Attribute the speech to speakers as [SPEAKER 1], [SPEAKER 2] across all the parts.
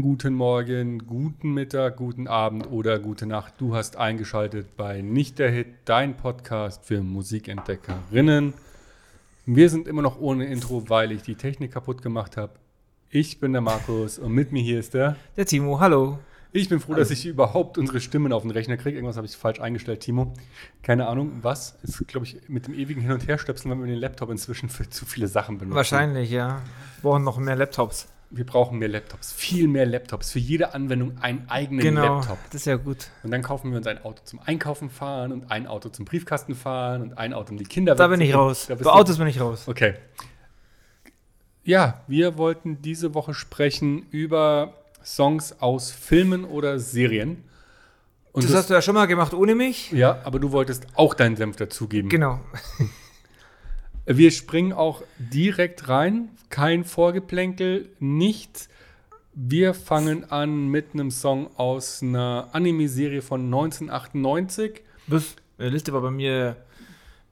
[SPEAKER 1] Guten Morgen, guten Mittag, guten Abend oder gute Nacht. Du hast eingeschaltet bei Nicht der Hit, dein Podcast für Musikentdeckerinnen. Wir sind immer noch ohne Intro, weil ich die Technik kaputt gemacht habe. Ich bin der Markus und mit mir hier ist der.
[SPEAKER 2] Der Timo, hallo.
[SPEAKER 1] Ich bin froh, dass ich überhaupt unsere Stimmen auf den Rechner kriege. Irgendwas habe ich falsch eingestellt, Timo. Keine Ahnung, was. Ist, glaube ich, mit dem ewigen Hin- und Herstöpseln, weil wir den Laptop inzwischen für zu viele Sachen benutzen.
[SPEAKER 2] Wahrscheinlich, ja. Wir brauchen noch mehr Laptops.
[SPEAKER 1] Wir brauchen mehr Laptops, viel mehr Laptops. Für jede Anwendung einen eigenen
[SPEAKER 2] Genau,
[SPEAKER 1] Laptop.
[SPEAKER 2] das ist ja gut.
[SPEAKER 1] Und dann kaufen wir uns ein Auto zum Einkaufen fahren und ein Auto zum Briefkasten fahren und ein Auto, um die Kinder
[SPEAKER 2] Da bin ich
[SPEAKER 1] wegzubringen.
[SPEAKER 2] raus.
[SPEAKER 1] Da bist
[SPEAKER 2] Bei
[SPEAKER 1] du-
[SPEAKER 2] Autos bin ich raus.
[SPEAKER 1] Okay. Ja, wir wollten diese Woche sprechen über Songs aus Filmen oder Serien. Und
[SPEAKER 2] Das hast du ja schon mal gemacht ohne mich.
[SPEAKER 1] ja, aber du wolltest auch deinen Senf dazugeben.
[SPEAKER 2] Genau.
[SPEAKER 1] Wir springen auch direkt rein. Kein Vorgeplänkel, nichts. Wir fangen an mit einem Song aus einer Anime-Serie von 1998.
[SPEAKER 2] Bis, die Liste war bei mir,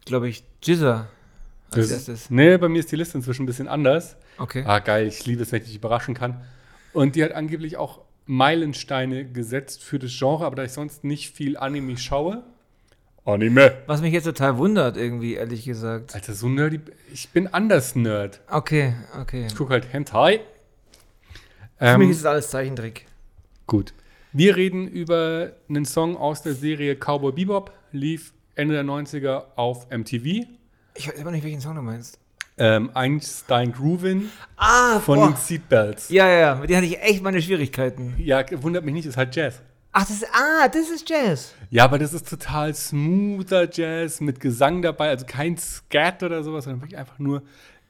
[SPEAKER 2] glaube ich, Jizzer als
[SPEAKER 1] Das-
[SPEAKER 2] erstes.
[SPEAKER 1] Nee, bei mir ist die Liste inzwischen ein bisschen anders.
[SPEAKER 2] Okay.
[SPEAKER 1] Ah, geil, ich liebe es, wenn ich dich überraschen kann. Und die hat angeblich auch Meilensteine gesetzt für das Genre, aber da ich sonst nicht viel Anime schaue. Anime.
[SPEAKER 2] Was mich jetzt total wundert, irgendwie, ehrlich gesagt.
[SPEAKER 1] Alter, so nerdy. Ich bin anders Nerd.
[SPEAKER 2] Okay, okay.
[SPEAKER 1] Ich gucke halt Hentai.
[SPEAKER 2] Für mich
[SPEAKER 1] Ähm,
[SPEAKER 2] ist es alles Zeichentrick.
[SPEAKER 1] gut. Wir reden über einen Song aus der Serie Cowboy Bebop. Lief Ende der 90er auf MTV.
[SPEAKER 2] Ich weiß aber nicht, welchen Song du meinst.
[SPEAKER 1] Ähm, Einstein Groovin
[SPEAKER 2] Ah,
[SPEAKER 1] von
[SPEAKER 2] boah.
[SPEAKER 1] den Seatbelts.
[SPEAKER 2] Ja, ja, ja. Mit denen hatte ich echt meine Schwierigkeiten.
[SPEAKER 1] Ja, wundert mich nicht, ist halt Jazz.
[SPEAKER 2] Ach, das ist, ah, das ist Jazz.
[SPEAKER 1] Ja, aber das ist total smoother Jazz mit Gesang dabei, also kein Scat oder sowas, sondern wirklich einfach nur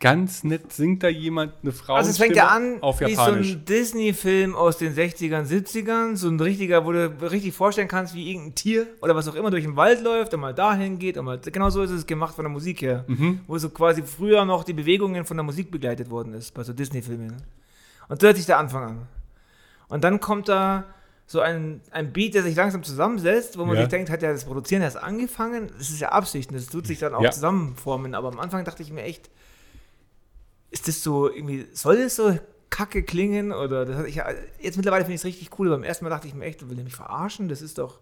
[SPEAKER 1] ganz nett singt da jemand eine Frau.
[SPEAKER 2] Also es fängt ja an
[SPEAKER 1] auf
[SPEAKER 2] wie so
[SPEAKER 1] Japanisch.
[SPEAKER 2] ein Disney-Film aus den 60ern, 70ern, so ein richtiger, wo du richtig vorstellen kannst, wie irgendein Tier oder was auch immer durch den Wald läuft und mal dahin geht und mal, genau so ist es gemacht von der Musik her,
[SPEAKER 1] Mhm.
[SPEAKER 2] wo so quasi früher noch die Bewegungen von der Musik begleitet worden ist, bei so Disney-Filmen. ne? Und so hört sich der Anfang an. Und dann kommt da so ein, ein Beat, der sich langsam zusammensetzt, wo man
[SPEAKER 1] Ja.
[SPEAKER 2] sich denkt, hat ja das Produzieren erst angefangen, das ist ja Absicht und das tut sich dann auch
[SPEAKER 1] Ja.
[SPEAKER 2] zusammenformen, aber am Anfang dachte ich mir echt, ist das so irgendwie, soll das so kacke klingen? Oder das hatte ich ja, jetzt mittlerweile finde ich es richtig cool. Beim ersten Mal dachte ich mir echt, will der mich verarschen? Das ist doch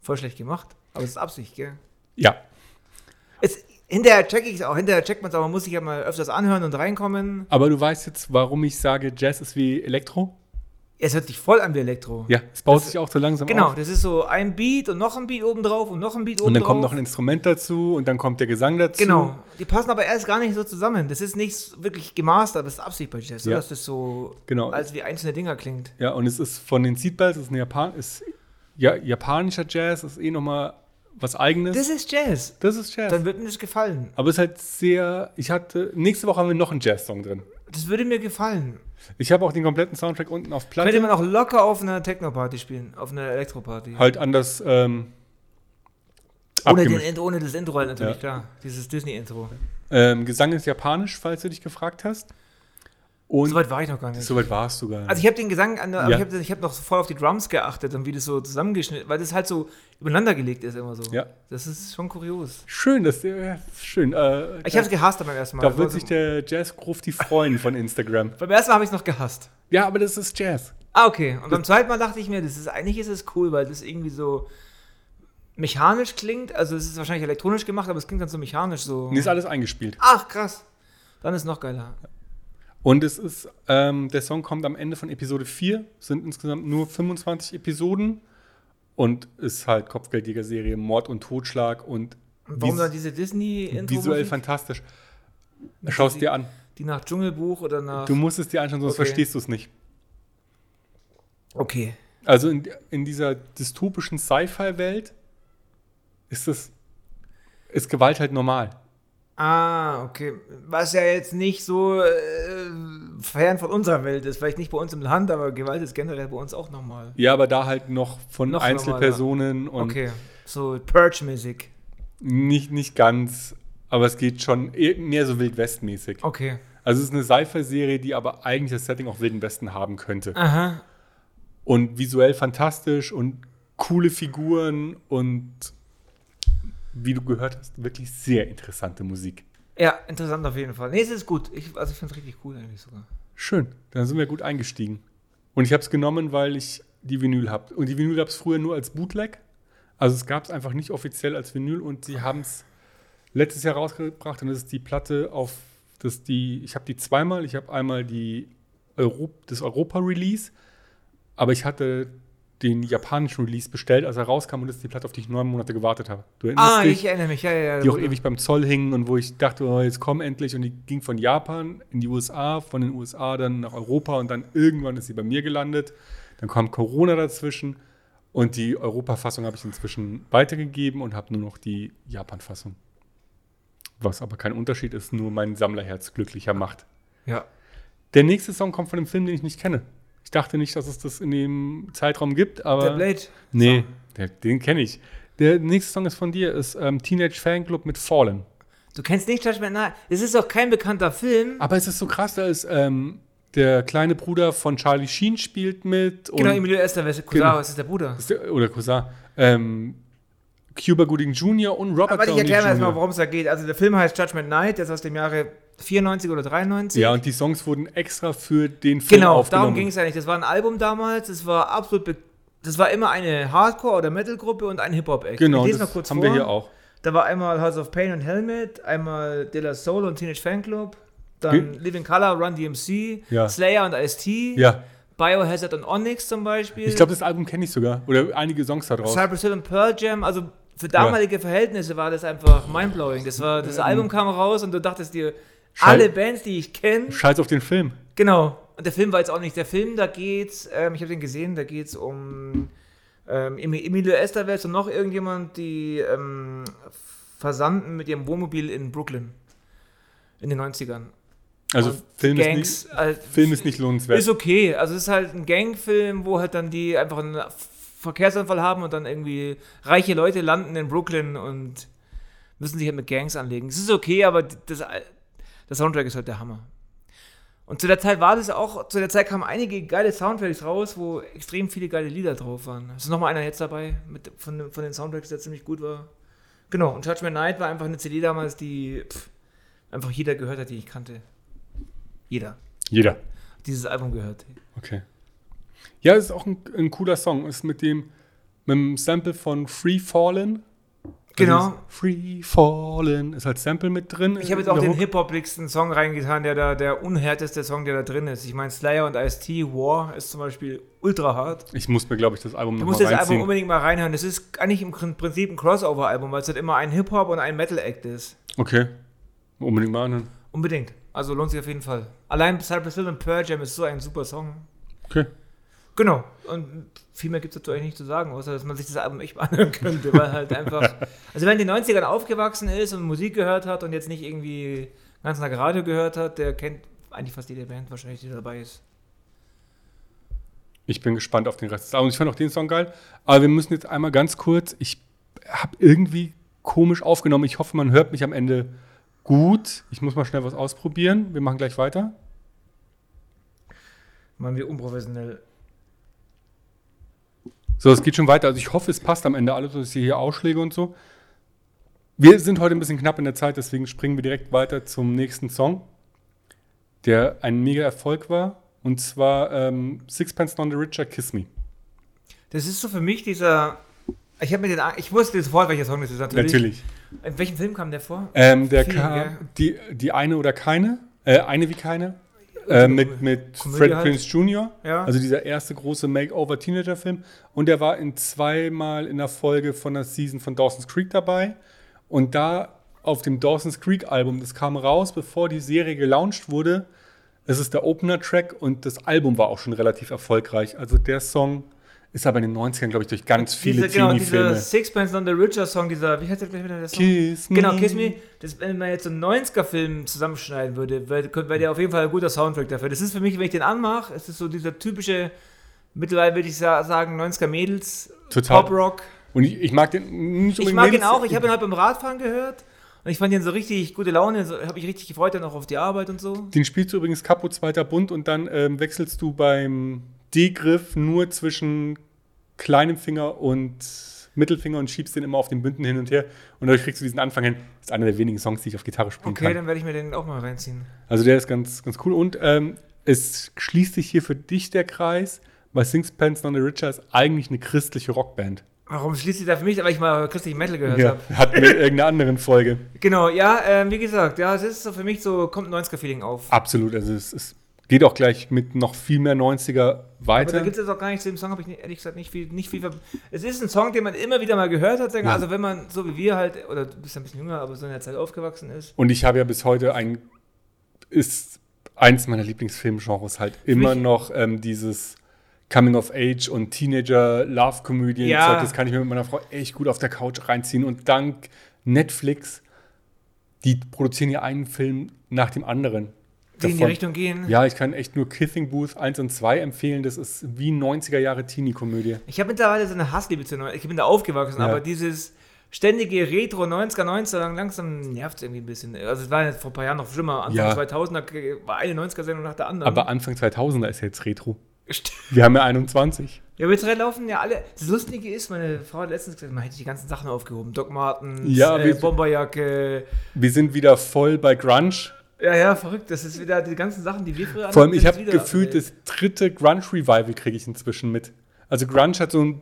[SPEAKER 2] voll schlecht gemacht. Aber es ist Absicht, gell?
[SPEAKER 1] ja.
[SPEAKER 2] Es, hinterher checke ich es auch, hinterher checkt man es, aber man muss sich ja mal öfters anhören und reinkommen.
[SPEAKER 1] Aber du weißt jetzt, warum ich sage, Jazz ist wie Elektro?
[SPEAKER 2] Es hört sich voll an wie Elektro.
[SPEAKER 1] Ja, es baut sich auch so langsam
[SPEAKER 2] Genau,
[SPEAKER 1] auf.
[SPEAKER 2] das ist so ein Beat und noch ein Beat obendrauf und noch ein Beat obendrauf.
[SPEAKER 1] Und dann kommt noch ein Instrument dazu und dann kommt der Gesang dazu.
[SPEAKER 2] Genau, die passen aber erst gar nicht so zusammen. Das ist nicht wirklich gemastert, das ist Absicht bei Jazz,
[SPEAKER 1] Ja.
[SPEAKER 2] dass das so
[SPEAKER 1] Genau.
[SPEAKER 2] als wie einzelne Dinger klingt.
[SPEAKER 1] Ja, und es ist von den Seatbelts, es ist, ein Japan ist ja, japanischer Jazz, ist eh nochmal was Eigenes.
[SPEAKER 2] Das ist Jazz.
[SPEAKER 1] das ist Jazz.
[SPEAKER 2] Dann wird mir das gefallen.
[SPEAKER 1] Aber es ist halt sehr, ich hatte, nächste Woche haben wir noch einen Jazz-Song drin.
[SPEAKER 2] Das würde mir gefallen.
[SPEAKER 1] Ich habe auch den kompletten Soundtrack unten auf Platte.
[SPEAKER 2] Könnte man auch locker auf einer Techno-Party spielen, auf einer Elektro-Party.
[SPEAKER 1] halt anders ähm,
[SPEAKER 2] Ohne, den,
[SPEAKER 1] abgemischt.
[SPEAKER 2] Int- ohne das Intro halt natürlich,
[SPEAKER 1] Ja.
[SPEAKER 2] klar. Dieses Disney-Intro.
[SPEAKER 1] Ähm, Gesang ist japanisch, falls du dich gefragt hast. Und soweit
[SPEAKER 2] Soweit war ich noch gar nicht.
[SPEAKER 1] war es sogar.
[SPEAKER 2] Also ich habe den Gesang, an, aber
[SPEAKER 1] Ja.
[SPEAKER 2] ich habe ich hab noch voll auf die Drums geachtet und wie das so zusammengeschnitten, weil das halt so übereinander gelegt ist immer so.
[SPEAKER 1] Ja.
[SPEAKER 2] Das ist schon kurios.
[SPEAKER 1] schön, dass äh, schön. Äh,
[SPEAKER 2] Ich habe es gehasst beim ersten Mal.
[SPEAKER 1] da
[SPEAKER 2] Das
[SPEAKER 1] wird
[SPEAKER 2] war
[SPEAKER 1] sich
[SPEAKER 2] so,
[SPEAKER 1] der Jazz-Grufti freuen von Instagram.
[SPEAKER 2] beim ersten Mal habe ich es noch gehasst.
[SPEAKER 1] Ja, aber das ist Jazz.
[SPEAKER 2] Ah, okay. Und beim zweiten Mal dachte ich mir, das ist, eigentlich ist es cool, weil das irgendwie so mechanisch klingt. Also es ist wahrscheinlich elektronisch gemacht, aber es klingt dann so mechanisch so.
[SPEAKER 1] Und ist alles eingespielt.
[SPEAKER 2] Ach, krass. Dann ist noch geiler.
[SPEAKER 1] Und es ist, ähm, der Song kommt am Ende von Episode 4, sind insgesamt nur 25 Episoden und ist halt Kopfgeldjäger-Serie, Mord und Totschlag und
[SPEAKER 2] Warum
[SPEAKER 1] vis-
[SPEAKER 2] dann diese Disney-Intro?
[SPEAKER 1] visuell fantastisch. Schau es dir an.
[SPEAKER 2] Die nach Dschungelbuch oder nach.
[SPEAKER 1] Du musst es dir anschauen, sonst
[SPEAKER 2] Okay.
[SPEAKER 1] verstehst du es nicht.
[SPEAKER 2] okay.
[SPEAKER 1] Also in, in dieser dystopischen Sci-Fi-Welt ist das ist Gewalt halt normal.
[SPEAKER 2] Ah, okay. Was ja jetzt nicht so äh, fern von unserer Welt ist. Vielleicht nicht bei uns im Land, aber Gewalt ist generell bei uns auch nochmal.
[SPEAKER 1] Ja, aber da halt noch von
[SPEAKER 2] Noch
[SPEAKER 1] Einzelpersonen und
[SPEAKER 2] Okay. So Purge-mäßig.
[SPEAKER 1] nicht, nicht ganz, aber es geht schon eher- mehr so Wildwest-mäßig.
[SPEAKER 2] Okay.
[SPEAKER 1] Also es ist eine Sci-Fi-Serie, die aber eigentlich das Setting auch Wilden Westen haben könnte.
[SPEAKER 2] Aha.
[SPEAKER 1] Und visuell fantastisch und coole Figuren und wie du gehört hast, wirklich sehr interessante Musik.
[SPEAKER 2] Ja, interessant auf jeden Fall. Nee, es ist gut. Ich, also ich finde es richtig cool eigentlich sogar.
[SPEAKER 1] Schön, dann sind wir gut eingestiegen. Und ich habe es genommen, weil ich die Vinyl habe. Und die Vinyl gab es früher nur als Bootleg. Also es gab es einfach nicht offiziell als Vinyl und sie haben es letztes Jahr rausgebracht und das ist die Platte auf das die ich habe die zweimal, ich habe einmal die Europ das Europa Release, aber ich hatte den japanischen Release bestellt, als er rauskam und das ist die Platte, auf die ich neun Monate gewartet habe. Du erinnerst
[SPEAKER 2] Ah,
[SPEAKER 1] dich?
[SPEAKER 2] ich erinnere mich, ja, ja, ja.
[SPEAKER 1] die auch ewig beim Zoll hingen und wo ich dachte, oh, jetzt komm endlich. Und die ging von Japan in die USA, von den USA dann nach Europa und dann irgendwann ist sie bei mir gelandet. Dann kam Corona dazwischen und die Europa-Fassung habe ich inzwischen weitergegeben und habe nur noch die Japan-Fassung. Was aber kein Unterschied ist, nur mein Sammlerherz glücklicher macht.
[SPEAKER 2] ja.
[SPEAKER 1] Der nächste Song kommt von einem Film, den ich nicht kenne. Ich dachte nicht, dass es das in dem Zeitraum gibt, aber.
[SPEAKER 2] Der Blade.
[SPEAKER 1] Nee, der, den kenne ich. Der nächste Song ist von dir, ist ähm, Teenage Fanclub mit Fallen.
[SPEAKER 2] Du kennst nicht Judgment Night. Es ist auch kein bekannter Film.
[SPEAKER 1] Aber es ist so krass, da ist ähm, der kleine Bruder von Charlie Sheen spielt mit.
[SPEAKER 2] genau,
[SPEAKER 1] und,
[SPEAKER 2] Emilio Estevez, Kusawa,
[SPEAKER 1] Genau.
[SPEAKER 2] es ist der Bruder.
[SPEAKER 1] ist der- Oder Cousin. Ähm, Cuba Gooding Jr. und Robert
[SPEAKER 2] Warte, ich
[SPEAKER 1] Downey
[SPEAKER 2] erkläre mir erstmal,
[SPEAKER 1] Jr.
[SPEAKER 2] worum es da geht. Also der Film heißt Judgment Night, der ist aus dem Jahre 94 oder 93.
[SPEAKER 1] Ja, und die Songs wurden extra für den Film
[SPEAKER 2] Genau,
[SPEAKER 1] aufgenommen.
[SPEAKER 2] darum ging es eigentlich. Das war ein Album damals, das war absolut. Be das war immer eine Hardcore- oder Metal-Gruppe und ein Hip-Hop-Act.
[SPEAKER 1] Genau,
[SPEAKER 2] ich lese
[SPEAKER 1] das
[SPEAKER 2] mal kurz
[SPEAKER 1] haben
[SPEAKER 2] vor.
[SPEAKER 1] wir hier auch.
[SPEAKER 2] Da war einmal House of Pain und Helmet, einmal De La Soul und Teenage Fanclub, dann
[SPEAKER 1] Ge-
[SPEAKER 2] Living Color, Run DMC,
[SPEAKER 1] Ja.
[SPEAKER 2] Slayer und Ice-T,
[SPEAKER 1] Ja,
[SPEAKER 2] Biohazard und Onyx zum Beispiel,
[SPEAKER 1] ich glaube, das Album kenne ich sogar. Oder einige Songs da drauf.
[SPEAKER 2] Cypress Hill und Pearl Jam. Also für damalige Verhältnisse war das einfach mindblowing. Das, war, das Album kam raus und du dachtest dir,
[SPEAKER 1] Schei-
[SPEAKER 2] alle Bands, die ich kenne,
[SPEAKER 1] Scheiß auf den Film.
[SPEAKER 2] Genau. Und der Film war jetzt auch nicht. Der Film, da geht's, ähm, ich habe den gesehen, da geht's um ähm, Em- Emilio Estevez und noch irgendjemand, die ähm, versanden mit ihrem Wohnmobil in Brooklyn. In den 90ern.
[SPEAKER 1] Also
[SPEAKER 2] Und
[SPEAKER 1] Film ist,
[SPEAKER 2] Gangs.
[SPEAKER 1] nicht,
[SPEAKER 2] also,
[SPEAKER 1] Film ist nicht lohnenswert.
[SPEAKER 2] Ist okay. Also es ist halt ein Gangfilm, wo halt dann die einfach einen Verkehrsunfall haben und dann irgendwie reiche Leute landen in Brooklyn und müssen sich halt mit Gangs anlegen. Es ist okay, aber das, der Soundtrack ist halt der Hammer. Und zu der Zeit war das auch, zu der Zeit kamen einige geile Soundtracks raus, wo extrem viele geile Lieder drauf waren. Ist noch mal einer jetzt dabei mit, von, von den Soundtracks, der ziemlich gut war? Genau, und Judge Me Night war einfach eine CD damals, die pff, einfach jeder gehört hat, die ich kannte. Jeder
[SPEAKER 1] Jeder.
[SPEAKER 2] dieses Album gehört.
[SPEAKER 1] Okay. Ja, es ist auch ein, ein cooler Song. Ist mit dem, mit dem Sample von Free Fallen.
[SPEAKER 2] Genau.
[SPEAKER 1] Also dieses Free Fallen ist halt Sample mit drin.
[SPEAKER 2] Ich habe jetzt auch den hip-hopigsten Song reingetan, der da der unhärteste Song, der da drin ist. Ich meine, Slayer und Ice-T, War ist zum Beispiel ultra hart.
[SPEAKER 1] Ich muss mir, glaube ich, das Album
[SPEAKER 2] Du
[SPEAKER 1] nochmal
[SPEAKER 2] musst das Album
[SPEAKER 1] reinziehen.
[SPEAKER 2] unbedingt mal reinhören. Das ist eigentlich im Prin- Prinzip ein Crossover-Album, weil es halt immer ein Hip-Hop und ein Metal-Act ist.
[SPEAKER 1] okay. Unbedingt mal anhören.
[SPEAKER 2] Unbedingt. Also lohnt sich auf jeden Fall. Allein Cypress Hill und Pearl Jam ist so ein super Song.
[SPEAKER 1] Okay.
[SPEAKER 2] Genau. Und viel mehr gibt es dazu eigentlich nicht zu sagen, außer dass man sich das Album echt mal anhören könnte, weil halt einfach. Also, wenn die 90ern aufgewachsen ist und Musik gehört hat und jetzt nicht irgendwie ganz nach Radio gehört hat, der kennt eigentlich fast jede Band wahrscheinlich, die dabei ist.
[SPEAKER 1] Ich bin gespannt auf den Rest des Albums. Ich fand auch den Song geil. Aber wir müssen jetzt einmal ganz kurz. Ich habe irgendwie komisch aufgenommen. Ich hoffe, man hört mich am Ende gut. Ich muss mal schnell was ausprobieren. Wir machen gleich weiter.
[SPEAKER 2] Mann, wie unprofessionell.
[SPEAKER 1] So, es geht schon weiter. Also ich hoffe, es passt am Ende alles, was ich hier Ausschläge und so. Wir sind heute ein bisschen knapp in der Zeit, deswegen springen wir direkt weiter zum nächsten Song, der ein mega Erfolg war. Und zwar ähm, Sixpence None the Richer, Kiss Me.
[SPEAKER 2] Das ist so für mich dieser. Ich habe mir den. an- Ich wusste sofort, welcher Song das ist, natürlich.
[SPEAKER 1] Natürlich.
[SPEAKER 2] In welchem Film kam der vor?
[SPEAKER 1] Ähm, der
[SPEAKER 2] Viel, gell?
[SPEAKER 1] kam, die, die eine oder keine, äh, eine wie keine, äh, mit, mit
[SPEAKER 2] Also, Komödie
[SPEAKER 1] Fred
[SPEAKER 2] halt.
[SPEAKER 1] Prince Jr.,
[SPEAKER 2] Ja.
[SPEAKER 1] also dieser erste große Makeover-Teenager-Film. Und der war in zweimal in der Folge von der Season von Dawson's Creek dabei. Und da auf dem Dawson's Creek-Album, das kam raus, bevor die Serie gelauncht wurde. Es ist der Opener-Track und das Album war auch schon relativ erfolgreich. Also der Song ist aber in den 90ern, glaube ich, durch ganz viele
[SPEAKER 2] dieser, genau, dieser
[SPEAKER 1] Teenie-Filme.
[SPEAKER 2] Sixpence None the Richer Song, dieser. Wie heißt der gleich wieder der Song?
[SPEAKER 1] Kiss me.
[SPEAKER 2] Genau, Kiss Me, das, wenn man jetzt so einen 90er-Film zusammenschneiden würde, wäre wär der auf jeden Fall ein guter Soundtrack dafür. Das ist für mich, wenn ich den anmache, es ist so dieser typische, mittlerweile würde ich sa- sagen, 90er-Mädels,
[SPEAKER 1] Total.
[SPEAKER 2] Pop-Rock.
[SPEAKER 1] Und ich, ich mag den nicht
[SPEAKER 2] Ich
[SPEAKER 1] unbedingt
[SPEAKER 2] mag ihn
[SPEAKER 1] Mädels-
[SPEAKER 2] auch, ich habe ihn halt beim Radfahren gehört und ich fand ihn so richtig gute Laune, so, habe ich richtig gefreut dann auch auf die Arbeit und so.
[SPEAKER 1] Den spielst du übrigens Kapo zweiter Bund und dann ähm, wechselst du beim D-Griff nur zwischen kleinem Finger und Mittelfinger und schiebst den immer auf den Bünden hin und her und dadurch kriegst du diesen Anfang hin. Das ist einer der wenigen Songs, die ich auf Gitarre spielen
[SPEAKER 2] Okay,
[SPEAKER 1] kann.
[SPEAKER 2] dann werde ich mir den auch mal reinziehen.
[SPEAKER 1] Also der ist ganz, ganz cool und ähm, es schließt sich hier für dich der Kreis. weil Sixpence None the Richer ist eigentlich eine christliche Rockband.
[SPEAKER 2] Warum schließt sich da für mich, weil ich mal christlichen Metal gehört
[SPEAKER 1] Ja,
[SPEAKER 2] habe?
[SPEAKER 1] hatten wir in irgendeiner anderen Folge.
[SPEAKER 2] Genau, ja, ähm, wie gesagt, ja, es ist so für mich so, kommt ein 90er-Feeling auf.
[SPEAKER 1] Absolut, also es, es geht auch gleich mit noch viel mehr 90er
[SPEAKER 2] Aber da
[SPEAKER 1] weiter.
[SPEAKER 2] gibt es jetzt auch gar nicht, zu dem Song habe ich nicht- ehrlich gesagt nicht viel, nicht viel. ver- Es ist ein Song, den man immer wieder mal gehört hat. Sänger.
[SPEAKER 1] Ja.
[SPEAKER 2] Also, wenn man so wie wir halt, oder du bist ja ein bisschen jünger, aber so in der Zeit aufgewachsen ist.
[SPEAKER 1] Und ich habe ja bis heute ein, ist eins meiner Lieblingsfilmgenres halt immer
[SPEAKER 2] mich-
[SPEAKER 1] noch ähm, dieses Coming of Age und Teenager Love Comedian.
[SPEAKER 2] Ja.
[SPEAKER 1] Zeug. Das kann ich mir mit meiner Frau echt gut auf der Couch reinziehen. Und dank Netflix, die produzieren ja einen Film nach dem anderen.
[SPEAKER 2] Die in die
[SPEAKER 1] davon.
[SPEAKER 2] Richtung gehen.
[SPEAKER 1] Ja, ich kann echt nur Kissing Booth 1 und 2 empfehlen. Das ist wie 90er Jahre Teenie-Komödie.
[SPEAKER 2] Ich habe mittlerweile so eine Hassliebe zu 90 Ich bin da aufgewachsen,
[SPEAKER 1] Ja.
[SPEAKER 2] aber dieses ständige Retro 90er, 90er, lang- langsam nervt es irgendwie ein bisschen. Also, es war jetzt vor ein paar Jahren noch schlimmer. Anfang
[SPEAKER 1] Ja.
[SPEAKER 2] 2000er war eine 90er-Sendung nach der anderen.
[SPEAKER 1] Aber Anfang 2000er ist jetzt Retro.
[SPEAKER 2] Stimmt.
[SPEAKER 1] Wir haben ja 21.
[SPEAKER 2] Ja, aber jetzt laufen ja alle. Das Lustige ist, meine Frau hat letztens gesagt, man hätte die ganzen Sachen aufgehoben. Doc Martens,
[SPEAKER 1] Ja,
[SPEAKER 2] äh,
[SPEAKER 1] wir-
[SPEAKER 2] Bomberjacke.
[SPEAKER 1] Wir sind wieder voll bei Grunge.
[SPEAKER 2] Ja, ja, verrückt. Das ist wieder die ganzen Sachen, die wir früher
[SPEAKER 1] Vor allem, ich
[SPEAKER 2] sind
[SPEAKER 1] habe
[SPEAKER 2] wieder
[SPEAKER 1] gefühlt,
[SPEAKER 2] aktuell.
[SPEAKER 1] das dritte Grunge-Revival kriege ich inzwischen mit. Also Grunge hat so ein,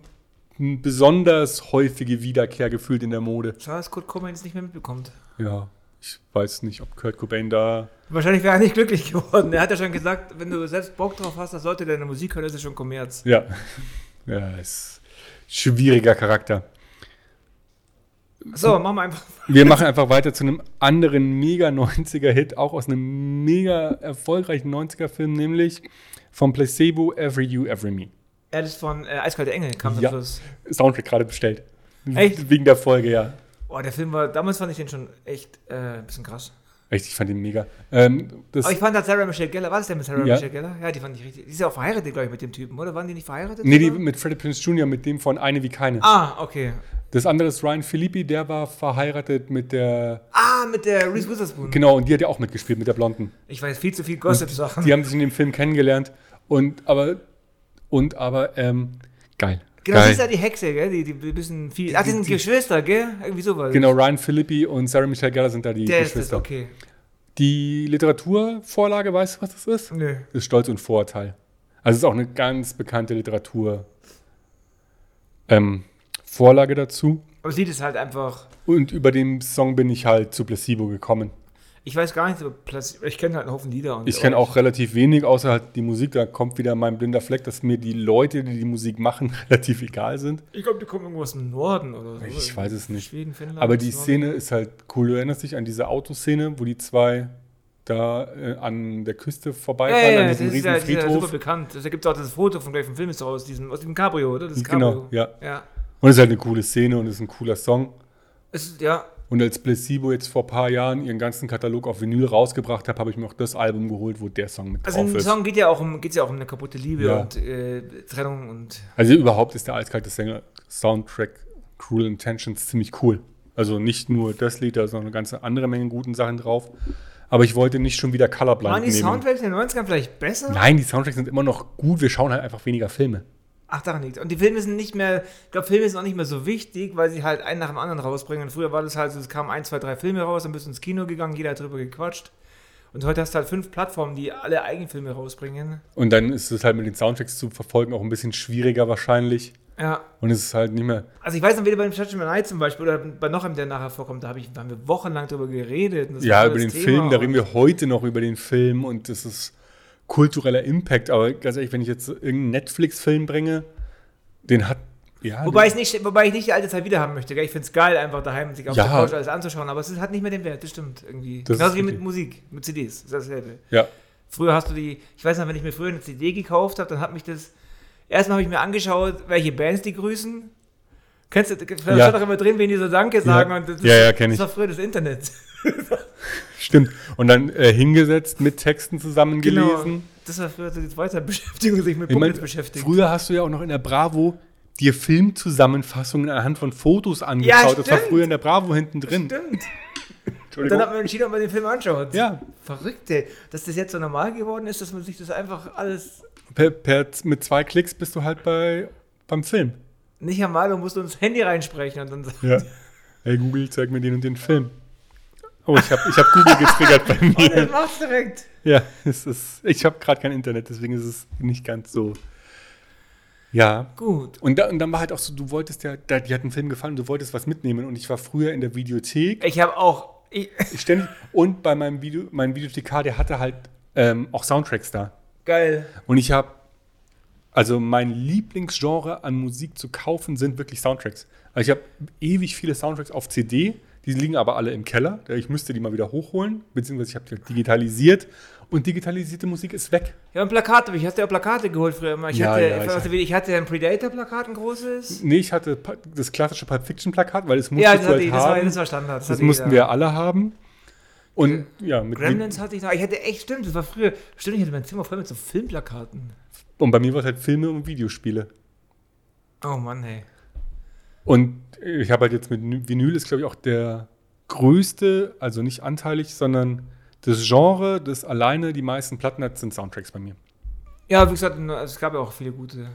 [SPEAKER 1] ein besonders häufige Wiederkehr gefühlt in der Mode.
[SPEAKER 2] Schade, dass Kurt Cobain es nicht mehr mitbekommt.
[SPEAKER 1] Ja, ich weiß nicht, ob Kurt Cobain da...
[SPEAKER 2] Wahrscheinlich wäre er nicht glücklich geworden. Er hat ja schon gesagt, wenn du selbst Bock drauf hast, das sollte deine Musik hören, ist es schon Kommerz.
[SPEAKER 1] Ja, ja ist schwieriger Charakter.
[SPEAKER 2] So, machen wir einfach.
[SPEAKER 1] Wir machen einfach weiter zu einem anderen mega 90er-Hit, auch aus einem mega erfolgreichen 90er-Film, nämlich von Placebo, Every You, Every Me.
[SPEAKER 2] Er ist von äh, Eiskalte Engel, kam
[SPEAKER 1] Ja.
[SPEAKER 2] am Schluss.
[SPEAKER 1] Soundtrack gerade bestellt.
[SPEAKER 2] Echt?
[SPEAKER 1] Wegen der Folge, ja.
[SPEAKER 2] Boah, der Film war, damals fand ich den schon echt äh, ein bisschen krass.
[SPEAKER 1] Echt, ich fand ihn mega. Ähm, das,
[SPEAKER 2] Aber ich fand halt Sarah Michelle Geller, war das denn mit Sarah
[SPEAKER 1] Ja.
[SPEAKER 2] Michelle Geller? Ja, die fand ich richtig. Die ist ja auch verheiratet, glaube ich, mit dem Typen, oder? Waren die nicht verheiratet?
[SPEAKER 1] nee, die,
[SPEAKER 2] sogar?
[SPEAKER 1] mit Freddie Prinze Jr., mit dem von Eine wie keine.
[SPEAKER 2] Ah, okay.
[SPEAKER 1] Das andere ist Ryan Philippi, der war verheiratet mit der...
[SPEAKER 2] Ah, mit der Reese Witherspoon.
[SPEAKER 1] Genau, und die hat ja auch mitgespielt, mit der Blonden.
[SPEAKER 2] Ich weiß viel zu viel Gossip-Sachen.
[SPEAKER 1] Die haben sich in dem Film kennengelernt und aber... Und aber, ähm, geil.
[SPEAKER 2] Genau, sie
[SPEAKER 1] geil.
[SPEAKER 2] ist ja die Hexe, gell? Die, die bisschen viel. Ach, die sind
[SPEAKER 1] die-
[SPEAKER 2] Geschwister, gell? Irgendwie sowas.
[SPEAKER 1] Genau, Ryan Philippi und Sarah Michelle Gellar sind da die
[SPEAKER 2] Der ist das,
[SPEAKER 1] Geschwister.
[SPEAKER 2] okay.
[SPEAKER 1] Die Literaturvorlage, weißt du, was das ist?
[SPEAKER 2] Nö.
[SPEAKER 1] Ist Stolz und Vorurteil. Also es ist auch eine ganz bekannte Literatur ähm, Vorlage dazu.
[SPEAKER 2] Aber das Lied ist halt einfach.
[SPEAKER 1] Und über den Song bin ich halt zu Placebo gekommen.
[SPEAKER 2] Ich weiß gar nichts über Plastik. Ich kenne halt einen Haufen Lieder. Und
[SPEAKER 1] Ich kenne auch relativ wenig, außer halt die Musik. Da kommt wieder mein blinder Fleck, dass mir die Leute, die die Musik machen, relativ egal sind.
[SPEAKER 2] Ich glaube, die kommen irgendwo aus dem Norden oder so.
[SPEAKER 1] Ich weiß es nicht.
[SPEAKER 2] Schweden, Finnland.
[SPEAKER 1] Aber die
[SPEAKER 2] Norden.
[SPEAKER 1] Szene ist halt cool. Du erinnerst dich an diese Autoszene, wo die zwei da äh, an der Küste
[SPEAKER 2] Ja,
[SPEAKER 1] vorbeifahren,
[SPEAKER 2] ja, ja,
[SPEAKER 1] an
[SPEAKER 2] das
[SPEAKER 1] diesem
[SPEAKER 2] ist
[SPEAKER 1] riesen
[SPEAKER 2] ja, das ist ja super
[SPEAKER 1] Friedhof.
[SPEAKER 2] bekannt. Da gibt es auch das Foto von gleich vom Film ist doch aus diesem, aus dem Cabrio, oder? Das ist
[SPEAKER 1] Genau,
[SPEAKER 2] Cabrio.
[SPEAKER 1] ja.
[SPEAKER 2] Ja.
[SPEAKER 1] Und es ist halt eine coole Szene und es ist ein cooler Song.
[SPEAKER 2] Es ist, ja.
[SPEAKER 1] Und als Placebo jetzt vor ein paar Jahren ihren ganzen Katalog auf Vinyl rausgebracht hat, habe ich mir auch das Album geholt, wo der Song mit
[SPEAKER 2] Also
[SPEAKER 1] drauf
[SPEAKER 2] im
[SPEAKER 1] ist.
[SPEAKER 2] Song geht ja auch um, geht's ja auch um eine kaputte Liebe
[SPEAKER 1] Ja.
[SPEAKER 2] und äh, Trennung und
[SPEAKER 1] Also überhaupt ist der eiskalte Sänger Soundtrack Cruel Intentions ziemlich cool. Also nicht nur das Lied, da ist noch eine ganze andere Menge guten Sachen drauf. Aber ich wollte nicht schon wieder Colorblind
[SPEAKER 2] Waren die
[SPEAKER 1] nehmen.
[SPEAKER 2] Soundtracks in den 90ern vielleicht besser?
[SPEAKER 1] Nein, die Soundtracks sind immer noch gut. Wir schauen halt einfach weniger Filme.
[SPEAKER 2] Ach, daran liegt. Und die Filme sind nicht mehr, ich glaube, Filme sind auch nicht mehr so wichtig, weil sie halt einen nach dem anderen rausbringen. Und früher war das halt so, es kamen ein, zwei, drei Filme raus, dann bist du ins Kino gegangen, jeder hat drüber gequatscht. Und heute hast du halt fünf Plattformen, die alle Eigenfilme rausbringen.
[SPEAKER 1] Und dann ist es halt mit den Soundtracks zu verfolgen auch ein bisschen schwieriger wahrscheinlich.
[SPEAKER 2] Ja.
[SPEAKER 1] Und es ist halt nicht mehr.
[SPEAKER 2] Also ich weiß noch, wieder bei dem Judgment Night zum Beispiel oder bei noch einem, der nachher vorkommt, da hab ich, da haben wir wochenlang drüber geredet. und das war
[SPEAKER 1] Ja,
[SPEAKER 2] so
[SPEAKER 1] über den
[SPEAKER 2] das Thema
[SPEAKER 1] Film, da
[SPEAKER 2] und-
[SPEAKER 1] reden wir heute noch über den Film und das ist kultureller Impact. Aber ganz ehrlich, wenn ich jetzt irgendeinen Netflix-Film bringe, den hat. Ja,
[SPEAKER 2] Wobei ich, nicht, wobei ich nicht die alte Zeit wiederhaben möchte. Gell? Ich finde es geil, einfach daheim sich auf
[SPEAKER 1] Ja.
[SPEAKER 2] der Couch alles anzuschauen, aber es ist- hat nicht mehr den Wert, das stimmt irgendwie.
[SPEAKER 1] Das
[SPEAKER 2] Genauso
[SPEAKER 1] ist
[SPEAKER 2] wie mit
[SPEAKER 1] richtig.
[SPEAKER 2] Musik, mit CDs, ist dasselbe.
[SPEAKER 1] ja.
[SPEAKER 2] Früher hast du die, ich weiß noch, wenn ich mir früher eine CD gekauft habe, dann hat mich das, erstmal habe ich mir angeschaut, welche Bands die grüßen. Kennst du, da
[SPEAKER 1] Ja.
[SPEAKER 2] ja. doch immer drin, wen die so Danke sagen. Und das,
[SPEAKER 1] Ja, ja, kenn ich.
[SPEAKER 2] Das war früher das Internet.
[SPEAKER 1] Stimmt. Und dann äh, hingesetzt, mit Texten zusammengelesen.
[SPEAKER 2] Genau. Das war früher so die zweite Beschäftigung, sich mit
[SPEAKER 1] Ich mein,
[SPEAKER 2] Puppets beschäftigt.
[SPEAKER 1] früher hast du ja auch noch in der Bravo dir Filmzusammenfassungen anhand von Fotos angeschaut. das war
[SPEAKER 2] stimmt.
[SPEAKER 1] früher in der Bravo hinten drin.
[SPEAKER 2] Stimmt. Und
[SPEAKER 1] Entschuldigung.
[SPEAKER 2] dann hat man entschieden, ob man den Film anschaut.
[SPEAKER 1] Ja,
[SPEAKER 2] Verrückt, ey. Dass das jetzt so normal geworden ist, dass man sich das einfach alles
[SPEAKER 1] per, per, mit zwei Klicks bist du halt bei, beim Film.
[SPEAKER 2] nicht einmal und musst ins Handy reinsprechen und dann
[SPEAKER 1] Ja. Hey Google, zeig mir den und den Film. Oh, ich habe ich hab Google getriggert bei mir.
[SPEAKER 2] Das mach's direkt.
[SPEAKER 1] Ja, es ist, ich habe gerade kein Internet, deswegen ist es nicht ganz so Ja.
[SPEAKER 2] Gut.
[SPEAKER 1] Und, da, und dann war halt auch so, du wolltest ja, da, die hat einen Film gefallen, du wolltest was mitnehmen. Und ich war früher in der Videothek
[SPEAKER 2] Ich habe auch. Ich,
[SPEAKER 1] ständig. Und bei meinem Video, mein Videothekar, der hatte halt ähm, auch Soundtracks da.
[SPEAKER 2] geil.
[SPEAKER 1] Und ich habe, also mein Lieblingsgenre an Musik zu kaufen sind wirklich Soundtracks. Also ich habe ewig viele Soundtracks auf CD, die liegen aber alle im Keller. Ich müsste die mal wieder hochholen, beziehungsweise ich habe die halt digitalisiert. Und digitalisierte Musik ist weg.
[SPEAKER 2] Ja, und Plakate. Ich hatte ja Plakate geholt früher immer. Ich,
[SPEAKER 1] Ja,
[SPEAKER 2] hatte,
[SPEAKER 1] ja,
[SPEAKER 2] ich,
[SPEAKER 1] ich-
[SPEAKER 2] hatte, ich hatte ein Predator-Plakat, ein großes.
[SPEAKER 1] Nee, ich hatte pa- das klassische Pulp Fiction Plakat, weil es musste
[SPEAKER 2] Ja,
[SPEAKER 1] du
[SPEAKER 2] das, hatte
[SPEAKER 1] halt
[SPEAKER 2] ich, das, war,
[SPEAKER 1] haben.
[SPEAKER 2] das war Standard.
[SPEAKER 1] das
[SPEAKER 2] hatte
[SPEAKER 1] mussten
[SPEAKER 2] jeder.
[SPEAKER 1] wir alle haben. Und ja, mit
[SPEAKER 2] Gremlins hatte ich noch. Ich hatte echt, stimmt, das war früher. Stimmt, ich hatte mein Zimmer voll mit so Filmplakaten.
[SPEAKER 1] und bei mir war es halt Filme und Videospiele.
[SPEAKER 2] Oh Mann, hey.
[SPEAKER 1] Und ich habe halt jetzt mit Ny- Vinyl ist, glaube ich, auch der größte, also nicht anteilig, sondern das Genre, das alleine die meisten Platten hat, sind Soundtracks bei mir.
[SPEAKER 2] Ja, wie gesagt, es gab ja auch viele gute.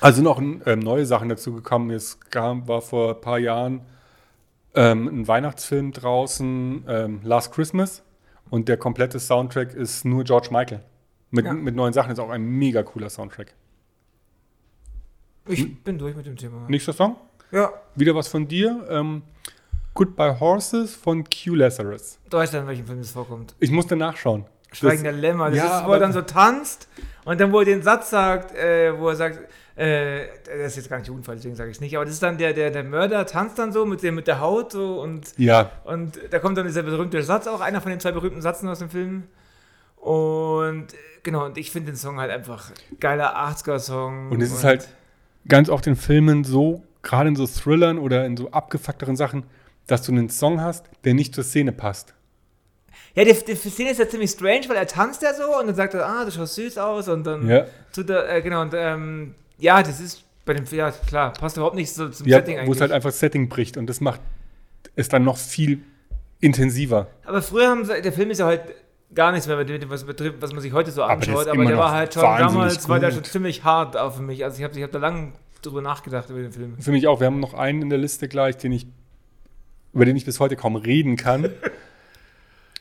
[SPEAKER 1] Also noch ähm, neue Sachen dazu gekommen. Es kam, war vor ein paar Jahren ähm, ein Weihnachtsfilm draußen, ähm, Last Christmas. Und der komplette Soundtrack ist nur George Michael. Mit,
[SPEAKER 2] Ja.
[SPEAKER 1] mit neuen Sachen ist auch ein mega cooler Soundtrack.
[SPEAKER 2] Ich
[SPEAKER 1] Hm?
[SPEAKER 2] bin durch mit dem Thema.
[SPEAKER 1] Nächster Song,
[SPEAKER 2] Ja,
[SPEAKER 1] wieder was von dir. Ähm, Goodbye Horses von Q Lazarus.
[SPEAKER 2] da weiß ich dann, in welchem Film das vorkommt.
[SPEAKER 1] Ich musste nachschauen. Das-
[SPEAKER 2] Schweigen der Lämmer. Das
[SPEAKER 1] Ja,
[SPEAKER 2] ist, wo er
[SPEAKER 1] aber-
[SPEAKER 2] dann so tanzt und dann, wo er den Satz sagt, äh, wo er sagt, äh, das ist jetzt gar nicht jugendfrei, deswegen sage ich es nicht, aber das ist dann der, der, der Mörder tanzt dann so mit, dem, mit der Haut so und,
[SPEAKER 1] Ja,
[SPEAKER 2] und da kommt dann dieser berühmte Satz auch, einer von den zwei berühmten Sätzen aus dem Film. Und äh, genau, und ich finde den Song halt einfach geiler 80er-Song.
[SPEAKER 1] Und es ist halt ganz oft in Filmen so, gerade in so Thrillern oder in so abgefuckteren Sachen, dass du einen Song hast, der nicht zur Szene passt.
[SPEAKER 2] Ja, die, die Szene ist ja ziemlich strange, weil er tanzt ja so und dann sagt er, ah, du schaust süß aus und dann
[SPEAKER 1] Ja.
[SPEAKER 2] tut er, äh, genau, und ähm, ja, das ist bei dem, ja, klar, passt überhaupt nicht so zum
[SPEAKER 1] Ja,
[SPEAKER 2] Setting
[SPEAKER 1] wo es
[SPEAKER 2] eigentlich.
[SPEAKER 1] halt einfach das Setting bricht und das macht es dann noch viel intensiver.
[SPEAKER 2] aber früher haben sie, der Film ist ja heute gar nichts mehr mit dem, was, betrifft, was man sich heute so
[SPEAKER 1] Aber der
[SPEAKER 2] anschaut,
[SPEAKER 1] ist
[SPEAKER 2] aber,
[SPEAKER 1] immer
[SPEAKER 2] der
[SPEAKER 1] noch
[SPEAKER 2] war halt schon,
[SPEAKER 1] wahnsinnig
[SPEAKER 2] damals war der
[SPEAKER 1] gut.
[SPEAKER 2] schon ziemlich hart auf mich, also ich habe ich hab da lange drüber nachgedacht über den Film.
[SPEAKER 1] Für mich auch. Wir haben noch einen in der Liste gleich, den ich, über den ich bis heute kaum reden kann.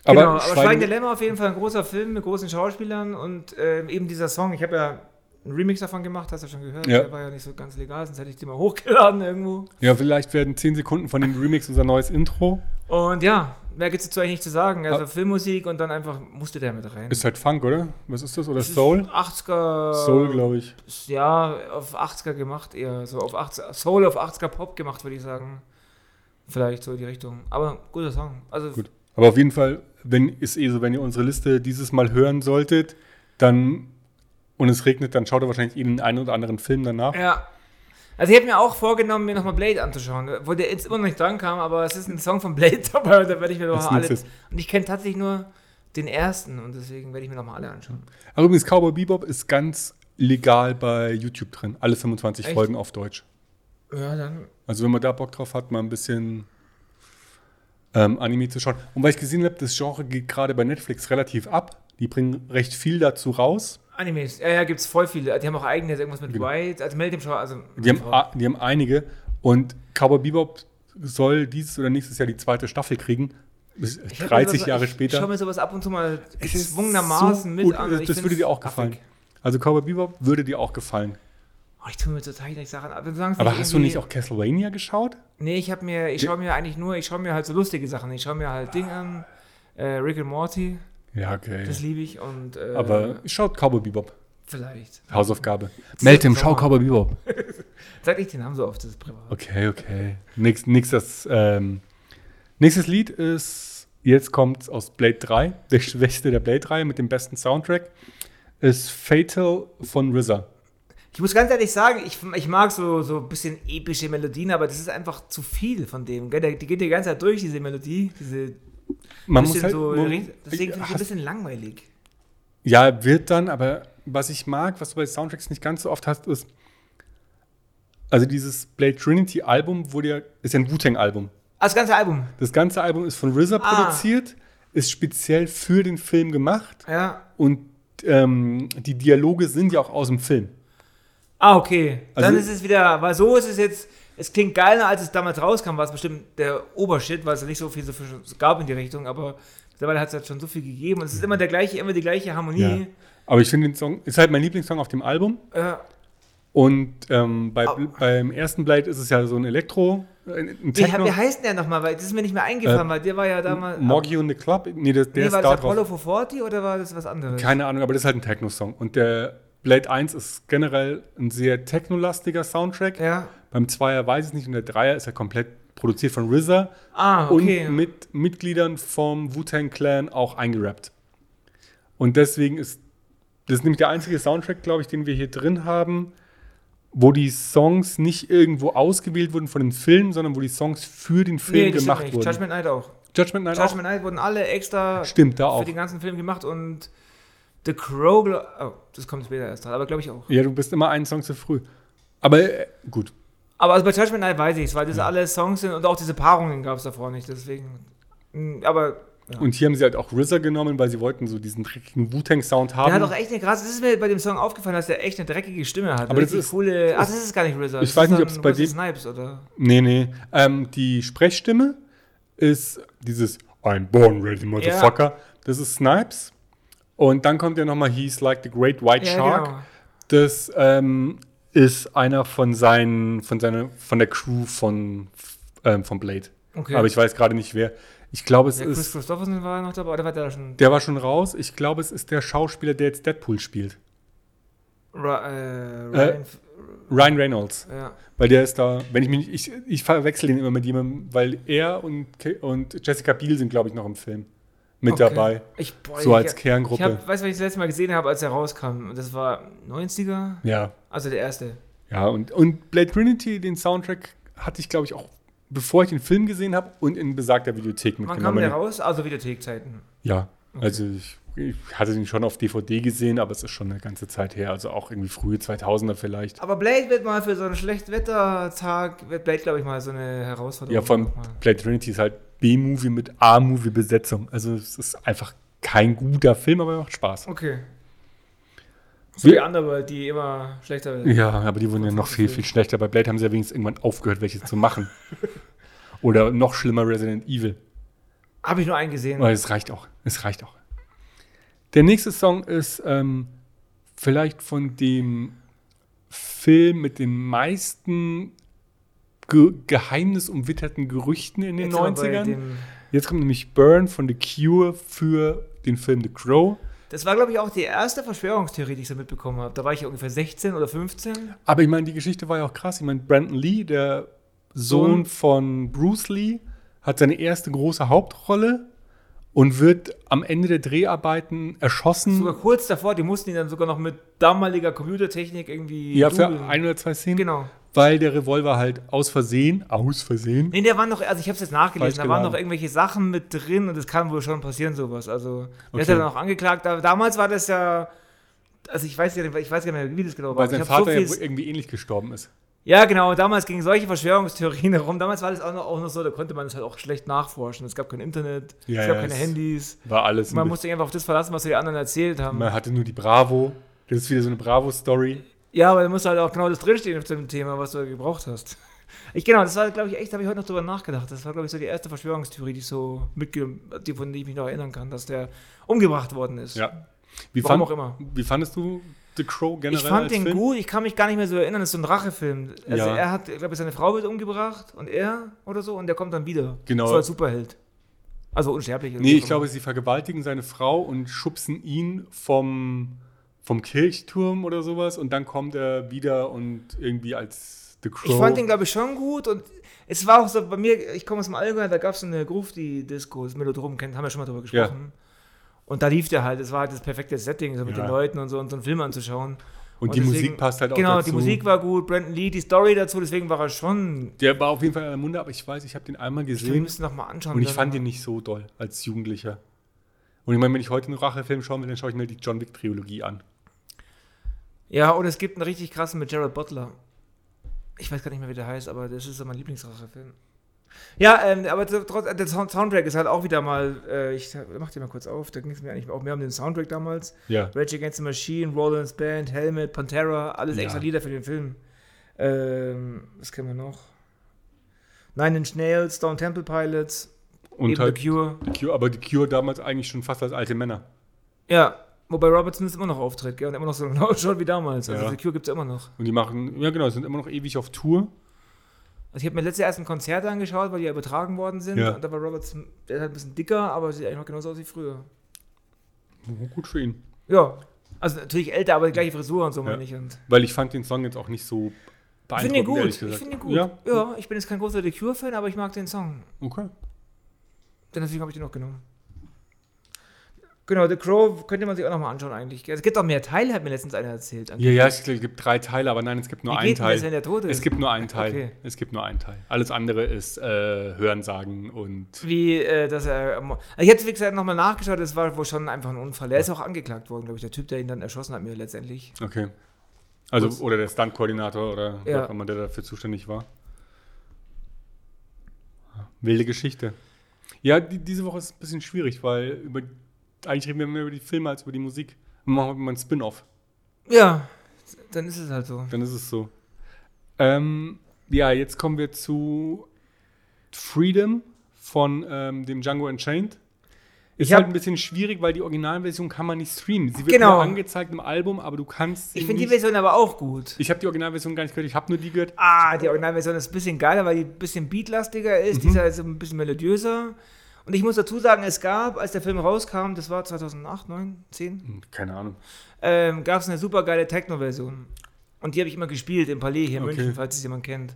[SPEAKER 1] Aber,
[SPEAKER 2] genau, aber
[SPEAKER 1] Schweigen-
[SPEAKER 2] Schweigen der Lämmer auf jeden Fall ein großer Film mit großen Schauspielern und ähm, eben dieser Song. Ich habe ja einen Remix davon gemacht, hast du schon gehört.
[SPEAKER 1] Ja.
[SPEAKER 2] Der war ja nicht so ganz legal, sonst hätte ich den mal hochgeladen irgendwo.
[SPEAKER 1] ja, vielleicht werden 10 Sekunden von dem Remix unser neues Intro.
[SPEAKER 2] Und ja, mehr gibt es dazu eigentlich nicht zu sagen. Also
[SPEAKER 1] Ah.
[SPEAKER 2] Filmmusik und dann einfach musste der mit rein.
[SPEAKER 1] Ist halt Funk, oder? Was ist das? Oder
[SPEAKER 2] Das ist äh,
[SPEAKER 1] Soul?
[SPEAKER 2] 80er.
[SPEAKER 1] Soul, glaube ich.
[SPEAKER 2] Ja, auf 80er gemacht eher. So auf 80er, Soul auf 80er Pop gemacht, würde ich sagen. Vielleicht so in die Richtung. Aber guter Song. Also
[SPEAKER 1] Gut. Aber auf jeden Fall, wenn ist eh so, wenn ihr unsere Liste dieses Mal hören solltet, dann und es regnet, dann schaut ihr wahrscheinlich eh den einen oder anderen Film danach.
[SPEAKER 2] Ja. Also ich habe mir auch vorgenommen, mir nochmal Blade anzuschauen, wo der jetzt immer noch nicht dran kam, aber es ist ein Song von Blade dabei und da werde ich mir
[SPEAKER 1] Als
[SPEAKER 2] nochmal alle...
[SPEAKER 1] nächstes.
[SPEAKER 2] Und ich kenne tatsächlich nur den ersten und deswegen werde ich mir nochmal alle anschauen.
[SPEAKER 1] Aber übrigens, Cowboy Bebop ist ganz legal bei YouTube drin. Alle 25
[SPEAKER 2] Echt?
[SPEAKER 1] Folgen auf Deutsch.
[SPEAKER 2] Ja, dann...
[SPEAKER 1] Also wenn man da Bock drauf hat, mal ein bisschen ähm, Anime zu schauen. Und weil ich gesehen habe, das Genre geht gerade bei Netflix relativ ab. Die bringen recht viel dazu raus.
[SPEAKER 2] Animes, ja, ja, gibt es voll viele. Die haben auch eigene, irgendwas mit
[SPEAKER 1] Genau.
[SPEAKER 2] White, also Meltem Show, also...
[SPEAKER 1] Die haben, a- die haben einige. Und Cowboy Bebop soll dieses oder nächstes Jahr die zweite Staffel kriegen. Bis
[SPEAKER 2] Ich hab mir
[SPEAKER 1] 30
[SPEAKER 2] sowas-
[SPEAKER 1] Jahre
[SPEAKER 2] ich, Ich schau
[SPEAKER 1] später.
[SPEAKER 2] mir sowas ab und zu mal
[SPEAKER 1] Es ist
[SPEAKER 2] gezwungenermaßen
[SPEAKER 1] so
[SPEAKER 2] mit
[SPEAKER 1] gut.
[SPEAKER 2] an.
[SPEAKER 1] Das,
[SPEAKER 2] Ich
[SPEAKER 1] das würde
[SPEAKER 2] find's
[SPEAKER 1] dir auch gefallen.
[SPEAKER 2] affig.
[SPEAKER 1] Also Cowboy Bebop würde dir auch gefallen.
[SPEAKER 2] Oh, ich tue mir total gleich Sachen ab. Solange's
[SPEAKER 1] Aber hast du
[SPEAKER 2] irgendwie-
[SPEAKER 1] nicht auch Castlevania geschaut?
[SPEAKER 2] Nee, ich hab mir, ich
[SPEAKER 1] Ja.
[SPEAKER 2] schaue mir eigentlich nur, ich schaue mir halt so lustige Sachen. an. Ich schaue mir halt Ding an, äh, Rick and Morty,
[SPEAKER 1] Ja, okay.
[SPEAKER 2] das liebe ich und äh,
[SPEAKER 1] Aber schaut Cowboy Bebop.
[SPEAKER 2] vielleicht.
[SPEAKER 1] Hausaufgabe.
[SPEAKER 2] Meltem,
[SPEAKER 1] Meltem,
[SPEAKER 2] schau
[SPEAKER 1] schau Cowboy Bebop.
[SPEAKER 2] Sag nicht den Namen so oft, das ist privat.
[SPEAKER 1] Okay, okay. Nächst, nächstes, ähm, nächstes Lied ist, jetzt kommt aus Blade 3, der schwächste der Blade-Reihe mit dem besten Soundtrack, ist Fatal von RZA.
[SPEAKER 2] Ich muss ganz ehrlich sagen, ich, ich mag so, so ein bisschen epische Melodien, aber das ist einfach zu viel von dem. Gell? Der- Die geht die ganze Zeit durch, diese Melodie. Diese
[SPEAKER 1] Man halt
[SPEAKER 2] bisschen so,
[SPEAKER 1] man-
[SPEAKER 2] deswegen finde ich ein
[SPEAKER 1] hast,
[SPEAKER 2] bisschen langweilig.
[SPEAKER 1] ja, wird dann, aber was ich mag, was du bei Soundtracks nicht ganz so oft hast, ist, also dieses Blade Trinity Album wurde ja, ist ja ein Wu-Tang-Album.
[SPEAKER 2] Ah, das ganze Album.
[SPEAKER 1] Das ganze Album ist von RZA
[SPEAKER 2] Ah.
[SPEAKER 1] produziert, ist speziell für den Film gemacht.
[SPEAKER 2] Ja.
[SPEAKER 1] Und ähm, die Dialoge sind ja auch aus dem Film.
[SPEAKER 2] Ah, okay. Dann
[SPEAKER 1] Also-
[SPEAKER 2] ist es wieder, weil so ist es jetzt, es klingt geiler, als es damals rauskam, war es bestimmt der Obershit, weil es nicht so viel so viel gab in die Richtung, aber mittlerweile hat es halt schon so viel gegeben und es ist
[SPEAKER 1] Mhm.
[SPEAKER 2] immer der gleiche, immer die gleiche Harmonie. Äh,
[SPEAKER 1] Aber ich finde den Song, ist halt mein Lieblingssong auf dem Album.
[SPEAKER 2] Ja.
[SPEAKER 1] Und ähm, bei, beim ersten Blade ist es ja so ein Elektro, äh, ein, ein
[SPEAKER 2] Wie,
[SPEAKER 1] Techno.
[SPEAKER 2] wie heißt denn der nochmal? Weil das ist mir nicht mehr eingefallen, weil der war ja damals.
[SPEAKER 1] Morgy und the Club? Nee, der, der
[SPEAKER 2] nee,
[SPEAKER 1] ist
[SPEAKER 2] war
[SPEAKER 1] da
[SPEAKER 2] das
[SPEAKER 1] drauf.
[SPEAKER 2] Apollo 440 oder war das was anderes?
[SPEAKER 1] Keine Ahnung, aber das ist halt ein Techno-Song. Und der Blade 1 ist generell ein sehr technolastiger Soundtrack.
[SPEAKER 2] ja.
[SPEAKER 1] Beim Zweier weiß ich nicht und der Dreier ist ja komplett produziert von RZA
[SPEAKER 2] Ah, okay.
[SPEAKER 1] und mit Mitgliedern vom Wu-Tang Clan auch eingerappt. Und deswegen ist das ist nämlich der einzige Soundtrack, glaube ich, den wir hier drin haben, wo die Songs nicht irgendwo ausgewählt wurden von dem Film, sondern wo die Songs für den Film
[SPEAKER 2] nee, das
[SPEAKER 1] gemacht
[SPEAKER 2] stimmt nicht.
[SPEAKER 1] wurden.
[SPEAKER 2] Judgment Night auch.
[SPEAKER 1] Judgment Night auch?
[SPEAKER 2] Judgment Night wurden alle extra
[SPEAKER 1] Stimmt, da
[SPEAKER 2] für
[SPEAKER 1] auch.
[SPEAKER 2] den ganzen Film gemacht und The Crow, gl- oh, das kommt später erst dran, aber glaube ich auch.
[SPEAKER 1] Ja, du bist immer einen Song zu früh. Aber äh, gut.
[SPEAKER 2] Aber also bei Judgment Night weiß ich es, weil das alle Songs sind und auch diese Paarungen gab es davor nicht, deswegen. Mm, Aber ja.
[SPEAKER 1] Und hier haben sie halt auch RZA genommen, weil sie wollten so diesen dreckigen Wu-Tang-Sound haben.
[SPEAKER 2] der hat auch echt eine krasse, das ist mir bei dem Song aufgefallen, dass der echt eine dreckige Stimme hat.
[SPEAKER 1] Aber das
[SPEAKER 2] Richtig
[SPEAKER 1] ist-
[SPEAKER 2] coole, ach, das ist gar nicht RZA.
[SPEAKER 1] Ich
[SPEAKER 2] das
[SPEAKER 1] weiß
[SPEAKER 2] ist
[SPEAKER 1] nicht,
[SPEAKER 2] dann
[SPEAKER 1] ob's bei
[SPEAKER 2] RZA
[SPEAKER 1] dem-
[SPEAKER 2] Snipes oder?
[SPEAKER 1] Nee, nee. Ähm, die Sprechstimme ist dieses I'm born ready, motherfucker. Das ist Snipes. Und dann kommt ja nochmal He's like the great white shark.
[SPEAKER 2] genau.
[SPEAKER 1] Das ähm, ist einer von seinen, von seiner, von der Crew von, ähm, von Blade.
[SPEAKER 2] Okay.
[SPEAKER 1] Aber ich weiß gerade nicht wer. Ich glaube, es
[SPEAKER 2] Ja, Chris
[SPEAKER 1] ist.
[SPEAKER 2] Christopherson war noch dabei, oder war der schon?
[SPEAKER 1] Der war schon raus. Ich glaube, es ist der Schauspieler, der jetzt Deadpool spielt.
[SPEAKER 2] Ra äh, Ryan, F-
[SPEAKER 1] Ryan Reynolds.
[SPEAKER 2] ja.
[SPEAKER 1] Weil der ist da, wenn ich mich nicht, ich, ich verwechsel ihn immer mit jemandem, weil er und, Ke- und Jessica Biel sind, glaube ich, noch im Film mit
[SPEAKER 2] Okay.
[SPEAKER 1] dabei.
[SPEAKER 2] Ich, boah,
[SPEAKER 1] So
[SPEAKER 2] ich-
[SPEAKER 1] als Kerngruppe.
[SPEAKER 2] Ich hab, weiß, was ich das letzte Mal gesehen habe, als er rauskam. Das war 90er,
[SPEAKER 1] ja,
[SPEAKER 2] also der erste.
[SPEAKER 1] ja. Und, und Blade Trinity, den Soundtrack, hatte ich, glaube ich, auch, bevor ich den Film gesehen habe und in besagter Videothek
[SPEAKER 2] Wann kam
[SPEAKER 1] mitgenommen.
[SPEAKER 2] der raus? Also Videothekzeiten.
[SPEAKER 1] Ja, also ich, ich hatte den schon auf DVD gesehen, aber es ist schon eine ganze Zeit her, also auch irgendwie frühe 2000er vielleicht.
[SPEAKER 2] Aber Blade wird mal für so einen Schlechtwettertag, wird Blade, glaube ich, mal so eine Herausforderung.
[SPEAKER 1] Ja, vor allem
[SPEAKER 2] nochmal.
[SPEAKER 1] Blade Trinity ist halt B-Movie mit A-Movie-Besetzung. Also es ist einfach kein guter Film, aber er macht Spaß.
[SPEAKER 2] Okay. So
[SPEAKER 1] Wir-
[SPEAKER 2] die Underworld, die immer schlechter wird.
[SPEAKER 1] Ja, aber die wurden ja noch viel, viel schlechter. Bei Blade haben sie ja wenigstens irgendwann aufgehört, welche zu machen. Oder noch schlimmer Resident Evil.
[SPEAKER 2] Habe ich nur einen gesehen.
[SPEAKER 1] Aber es reicht auch. Es reicht auch. Der nächste Song ist ähm, vielleicht von dem Film mit den meisten ge geheimnisumwitterten Gerüchten in den
[SPEAKER 2] Jetzt sind wir bei
[SPEAKER 1] 90ern.
[SPEAKER 2] dem-
[SPEAKER 1] Jetzt kommt nämlich Burn von The Cure für den Film The Crow.
[SPEAKER 2] Das war, glaube ich, auch die erste Verschwörungstheorie, die ich so mitbekommen habe. Da war ich ja ungefähr 16 oder 15.
[SPEAKER 1] Aber ich meine, die Geschichte war ja auch krass. Ich meine, Brandon Lee, der Sohn
[SPEAKER 2] Sohn.
[SPEAKER 1] von Bruce Lee, hat seine erste große Hauptrolle und wird am Ende der Dreharbeiten erschossen.
[SPEAKER 2] Sogar kurz davor, die mussten ihn dann sogar noch mit damaliger Computertechnik irgendwie.
[SPEAKER 1] ja, für
[SPEAKER 2] dubeln.
[SPEAKER 1] ein oder zwei Szenen.
[SPEAKER 2] Genau.
[SPEAKER 1] Weil der Revolver halt aus Versehen, aus Versehen,
[SPEAKER 2] Nee, da waren noch, also ich habe es jetzt nachgelesen,
[SPEAKER 1] Falsch
[SPEAKER 2] da waren
[SPEAKER 1] geladen.
[SPEAKER 2] noch irgendwelche Sachen mit drin und es kann wohl schon passieren, sowas. Also, der ist
[SPEAKER 1] Okay.
[SPEAKER 2] ja dann auch angeklagt. Da, damals war das ja, also ich weiß, ja nicht- ich weiß gar nicht mehr, wie das genau war.
[SPEAKER 1] weil
[SPEAKER 2] aber Ich
[SPEAKER 1] sein
[SPEAKER 2] hab
[SPEAKER 1] Vater ja
[SPEAKER 2] so
[SPEAKER 1] wohl
[SPEAKER 2] viel,
[SPEAKER 1] irgendwie ähnlich gestorben ist.
[SPEAKER 2] ja, genau, damals gingen solche Verschwörungstheorien herum. Damals war das auch noch, auch noch so, da konnte man es halt auch schlecht nachforschen. Es gab kein Internet,
[SPEAKER 1] Ja,
[SPEAKER 2] es gab
[SPEAKER 1] ja,
[SPEAKER 2] keine
[SPEAKER 1] es-
[SPEAKER 2] Handys.
[SPEAKER 1] War alles. ein
[SPEAKER 2] Man
[SPEAKER 1] bisschen-
[SPEAKER 2] musste sich einfach auf das verlassen, was die anderen erzählt haben.
[SPEAKER 1] man hatte nur die Bravo. Das ist wieder so eine Bravo-Story.
[SPEAKER 2] Ja, aber da muss halt auch genau das drinstehen zu dem Thema, was du gebraucht hast. Ich, genau, das war, glaube ich, echt, habe ich heute noch drüber nachgedacht. Das war, glaube ich, so die erste Verschwörungstheorie, die ich so mitge die, von der ich mich noch erinnern kann, dass der umgebracht worden ist.
[SPEAKER 1] Ja. Wie,
[SPEAKER 2] Warum
[SPEAKER 1] fand-
[SPEAKER 2] auch immer.
[SPEAKER 1] wie fandest du The Crow generell?
[SPEAKER 2] Ich fand
[SPEAKER 1] als
[SPEAKER 2] den
[SPEAKER 1] Film?
[SPEAKER 2] gut, ich kann mich gar nicht mehr so erinnern, das ist so ein Rachefilm. Also
[SPEAKER 1] Ja.
[SPEAKER 2] er hat, ich glaube, seine Frau wird umgebracht und er oder so und der kommt dann wieder.
[SPEAKER 1] Genau.
[SPEAKER 2] So als Superheld. Also unsterblich. oder
[SPEAKER 1] Nee,
[SPEAKER 2] wie
[SPEAKER 1] ich
[SPEAKER 2] auch
[SPEAKER 1] glaube, sie vergewaltigen seine Frau und schubsen ihn vom, vom Kirchturm oder sowas und dann kommt er wieder und irgendwie als The Crow.
[SPEAKER 2] Ich fand den, glaube ich, schon gut und es war auch so bei mir, ich komme aus dem Allgäu, da gab es so eine Groove-Disco, das Melodrom kennt, haben wir schon mal drüber gesprochen. Und da lief der halt, es war halt das perfekte Setting, so mit
[SPEAKER 1] Ja.
[SPEAKER 2] den Leuten und so und so einen Film anzuschauen.
[SPEAKER 1] und, die Musik passt halt auch
[SPEAKER 2] genau,
[SPEAKER 1] dazu.
[SPEAKER 2] Genau, die Musik war gut, Brandon Lee, die Story dazu, deswegen war er schon.
[SPEAKER 1] Der war auf jeden Fall in der Munde, aber ich weiß, ich habe den einmal
[SPEAKER 2] Wir
[SPEAKER 1] gesehen
[SPEAKER 2] müssen nochmal anschauen.
[SPEAKER 1] und ich
[SPEAKER 2] dann
[SPEAKER 1] fand
[SPEAKER 2] mal.
[SPEAKER 1] den nicht so doll als Jugendlicher. Und ich meine, wenn ich heute einen Rachefilm schauen will, dann schaue ich mir die John Wick-Trilogie an.
[SPEAKER 2] Ja, und es gibt einen richtig krassen mit Gerald Butler. Ich weiß gar nicht mehr, wie der heißt, aber das ist so mein Lieblingsrachefilm. Ja, ähm, aber tr- trotz, der Sound Soundtrack ist halt auch wieder mal, äh, ich mach den mal kurz auf, da ging es mir eigentlich auch mehr um den Soundtrack damals.
[SPEAKER 1] Ja.
[SPEAKER 2] Rage Against the Machine, Rollins Band, Helmet, Pantera, alles
[SPEAKER 1] Ja.
[SPEAKER 2] extra Lieder für den Film. Ähm, was kennen wir noch? Nine Inch Nails, Stone Temple Pilots,
[SPEAKER 1] Und
[SPEAKER 2] eben
[SPEAKER 1] halt
[SPEAKER 2] The Cure.
[SPEAKER 1] The Cure, aber The Cure damals eigentlich schon fast als alte Männer.
[SPEAKER 2] Ja, Wobei Robertson ist immer noch auftritt, gell? Und immer noch so genau schaut wie damals. Also
[SPEAKER 1] Ja.
[SPEAKER 2] The Cure gibt es immer noch.
[SPEAKER 1] Und die machen, ja genau, sind immer noch ewig auf Tour.
[SPEAKER 2] Also ich habe mir letztes Jahr erst ein Konzert angeschaut, weil die ja übertragen worden sind.
[SPEAKER 1] Ja.
[SPEAKER 2] Und da war Robertson, der ist halt ein bisschen dicker, aber sieht eigentlich noch genauso aus wie früher.
[SPEAKER 1] Oh, gut für ihn.
[SPEAKER 2] Ja. Also natürlich älter, aber die gleiche Frisur und so,
[SPEAKER 1] Ja.
[SPEAKER 2] meine ich. Und
[SPEAKER 1] Weil ich fand den Song jetzt auch nicht so
[SPEAKER 2] ich
[SPEAKER 1] beeindruckend,
[SPEAKER 2] finde ihn gut.
[SPEAKER 1] ehrlich
[SPEAKER 2] Ich
[SPEAKER 1] gesagt.
[SPEAKER 2] finde ihn gut.
[SPEAKER 1] Ja,
[SPEAKER 2] Ja. ich bin jetzt kein großer The Cure-Fan, aber ich mag den Song.
[SPEAKER 1] okay.
[SPEAKER 2] Denn deswegen habe ich den noch genommen. Genau, The Crow könnte man sich auch nochmal anschauen eigentlich. gell? Es gibt auch mehr Teile, hat mir letztens einer erzählt.
[SPEAKER 1] Ja, ja, es gibt drei Teile, aber nein, es gibt nur
[SPEAKER 2] Wie
[SPEAKER 1] einen
[SPEAKER 2] geht denn
[SPEAKER 1] Teil.
[SPEAKER 2] das, wenn der tot
[SPEAKER 1] Es
[SPEAKER 2] ist?
[SPEAKER 1] gibt nur einen Teil.
[SPEAKER 2] Okay.
[SPEAKER 1] Es gibt nur einen Teil. Alles andere ist äh, Hören, Sagen und.
[SPEAKER 2] Wie, äh, dass er. am- Also ich habe wie gesagt nochmal nachgeschaut, das war wohl schon einfach ein Unfall. Er ist auch angeklagt worden, glaube ich, der Typ, der ihn dann erschossen hat, mir letztendlich.
[SPEAKER 1] Okay. Also,
[SPEAKER 2] Kurz.
[SPEAKER 1] oder der Stunt-Koordinator oder wer
[SPEAKER 2] Ja.
[SPEAKER 1] auch immer, der dafür zuständig war. Wilde Geschichte. Ja, die, diese Woche ist ein bisschen schwierig, weil über, eigentlich reden wir mehr über die Filme als über die Musik. Dann machen wir mal einen Spin-off.
[SPEAKER 2] Ja, dann ist es halt so.
[SPEAKER 1] Dann ist es so. Ähm, ja, jetzt kommen wir zu Freedom von ähm, dem Django Unchained. Ist
[SPEAKER 2] Ich hab-
[SPEAKER 1] halt ein bisschen schwierig, weil die Originalversion kann man nicht streamen. Sie wird
[SPEAKER 2] Genau.
[SPEAKER 1] nur angezeigt im Album, aber du kannst sie
[SPEAKER 2] Ich finde die
[SPEAKER 1] nicht-
[SPEAKER 2] Version aber auch gut.
[SPEAKER 1] Ich habe die Originalversion gar nicht gehört, ich habe nur die gehört.
[SPEAKER 2] Ah, die Originalversion ist ein bisschen geiler, weil die ein bisschen beatlastiger ist, die ist also ein bisschen melodiöser. Und ich muss dazu sagen, es gab, als der Film rauskam, das war 2008, 9, 10,
[SPEAKER 1] Hm, Keine Ahnung.
[SPEAKER 2] ähm, gab es eine super geile Techno-Version. Und die habe ich immer gespielt im Palais hier in
[SPEAKER 1] Okay.
[SPEAKER 2] München, falls es jemand kennt.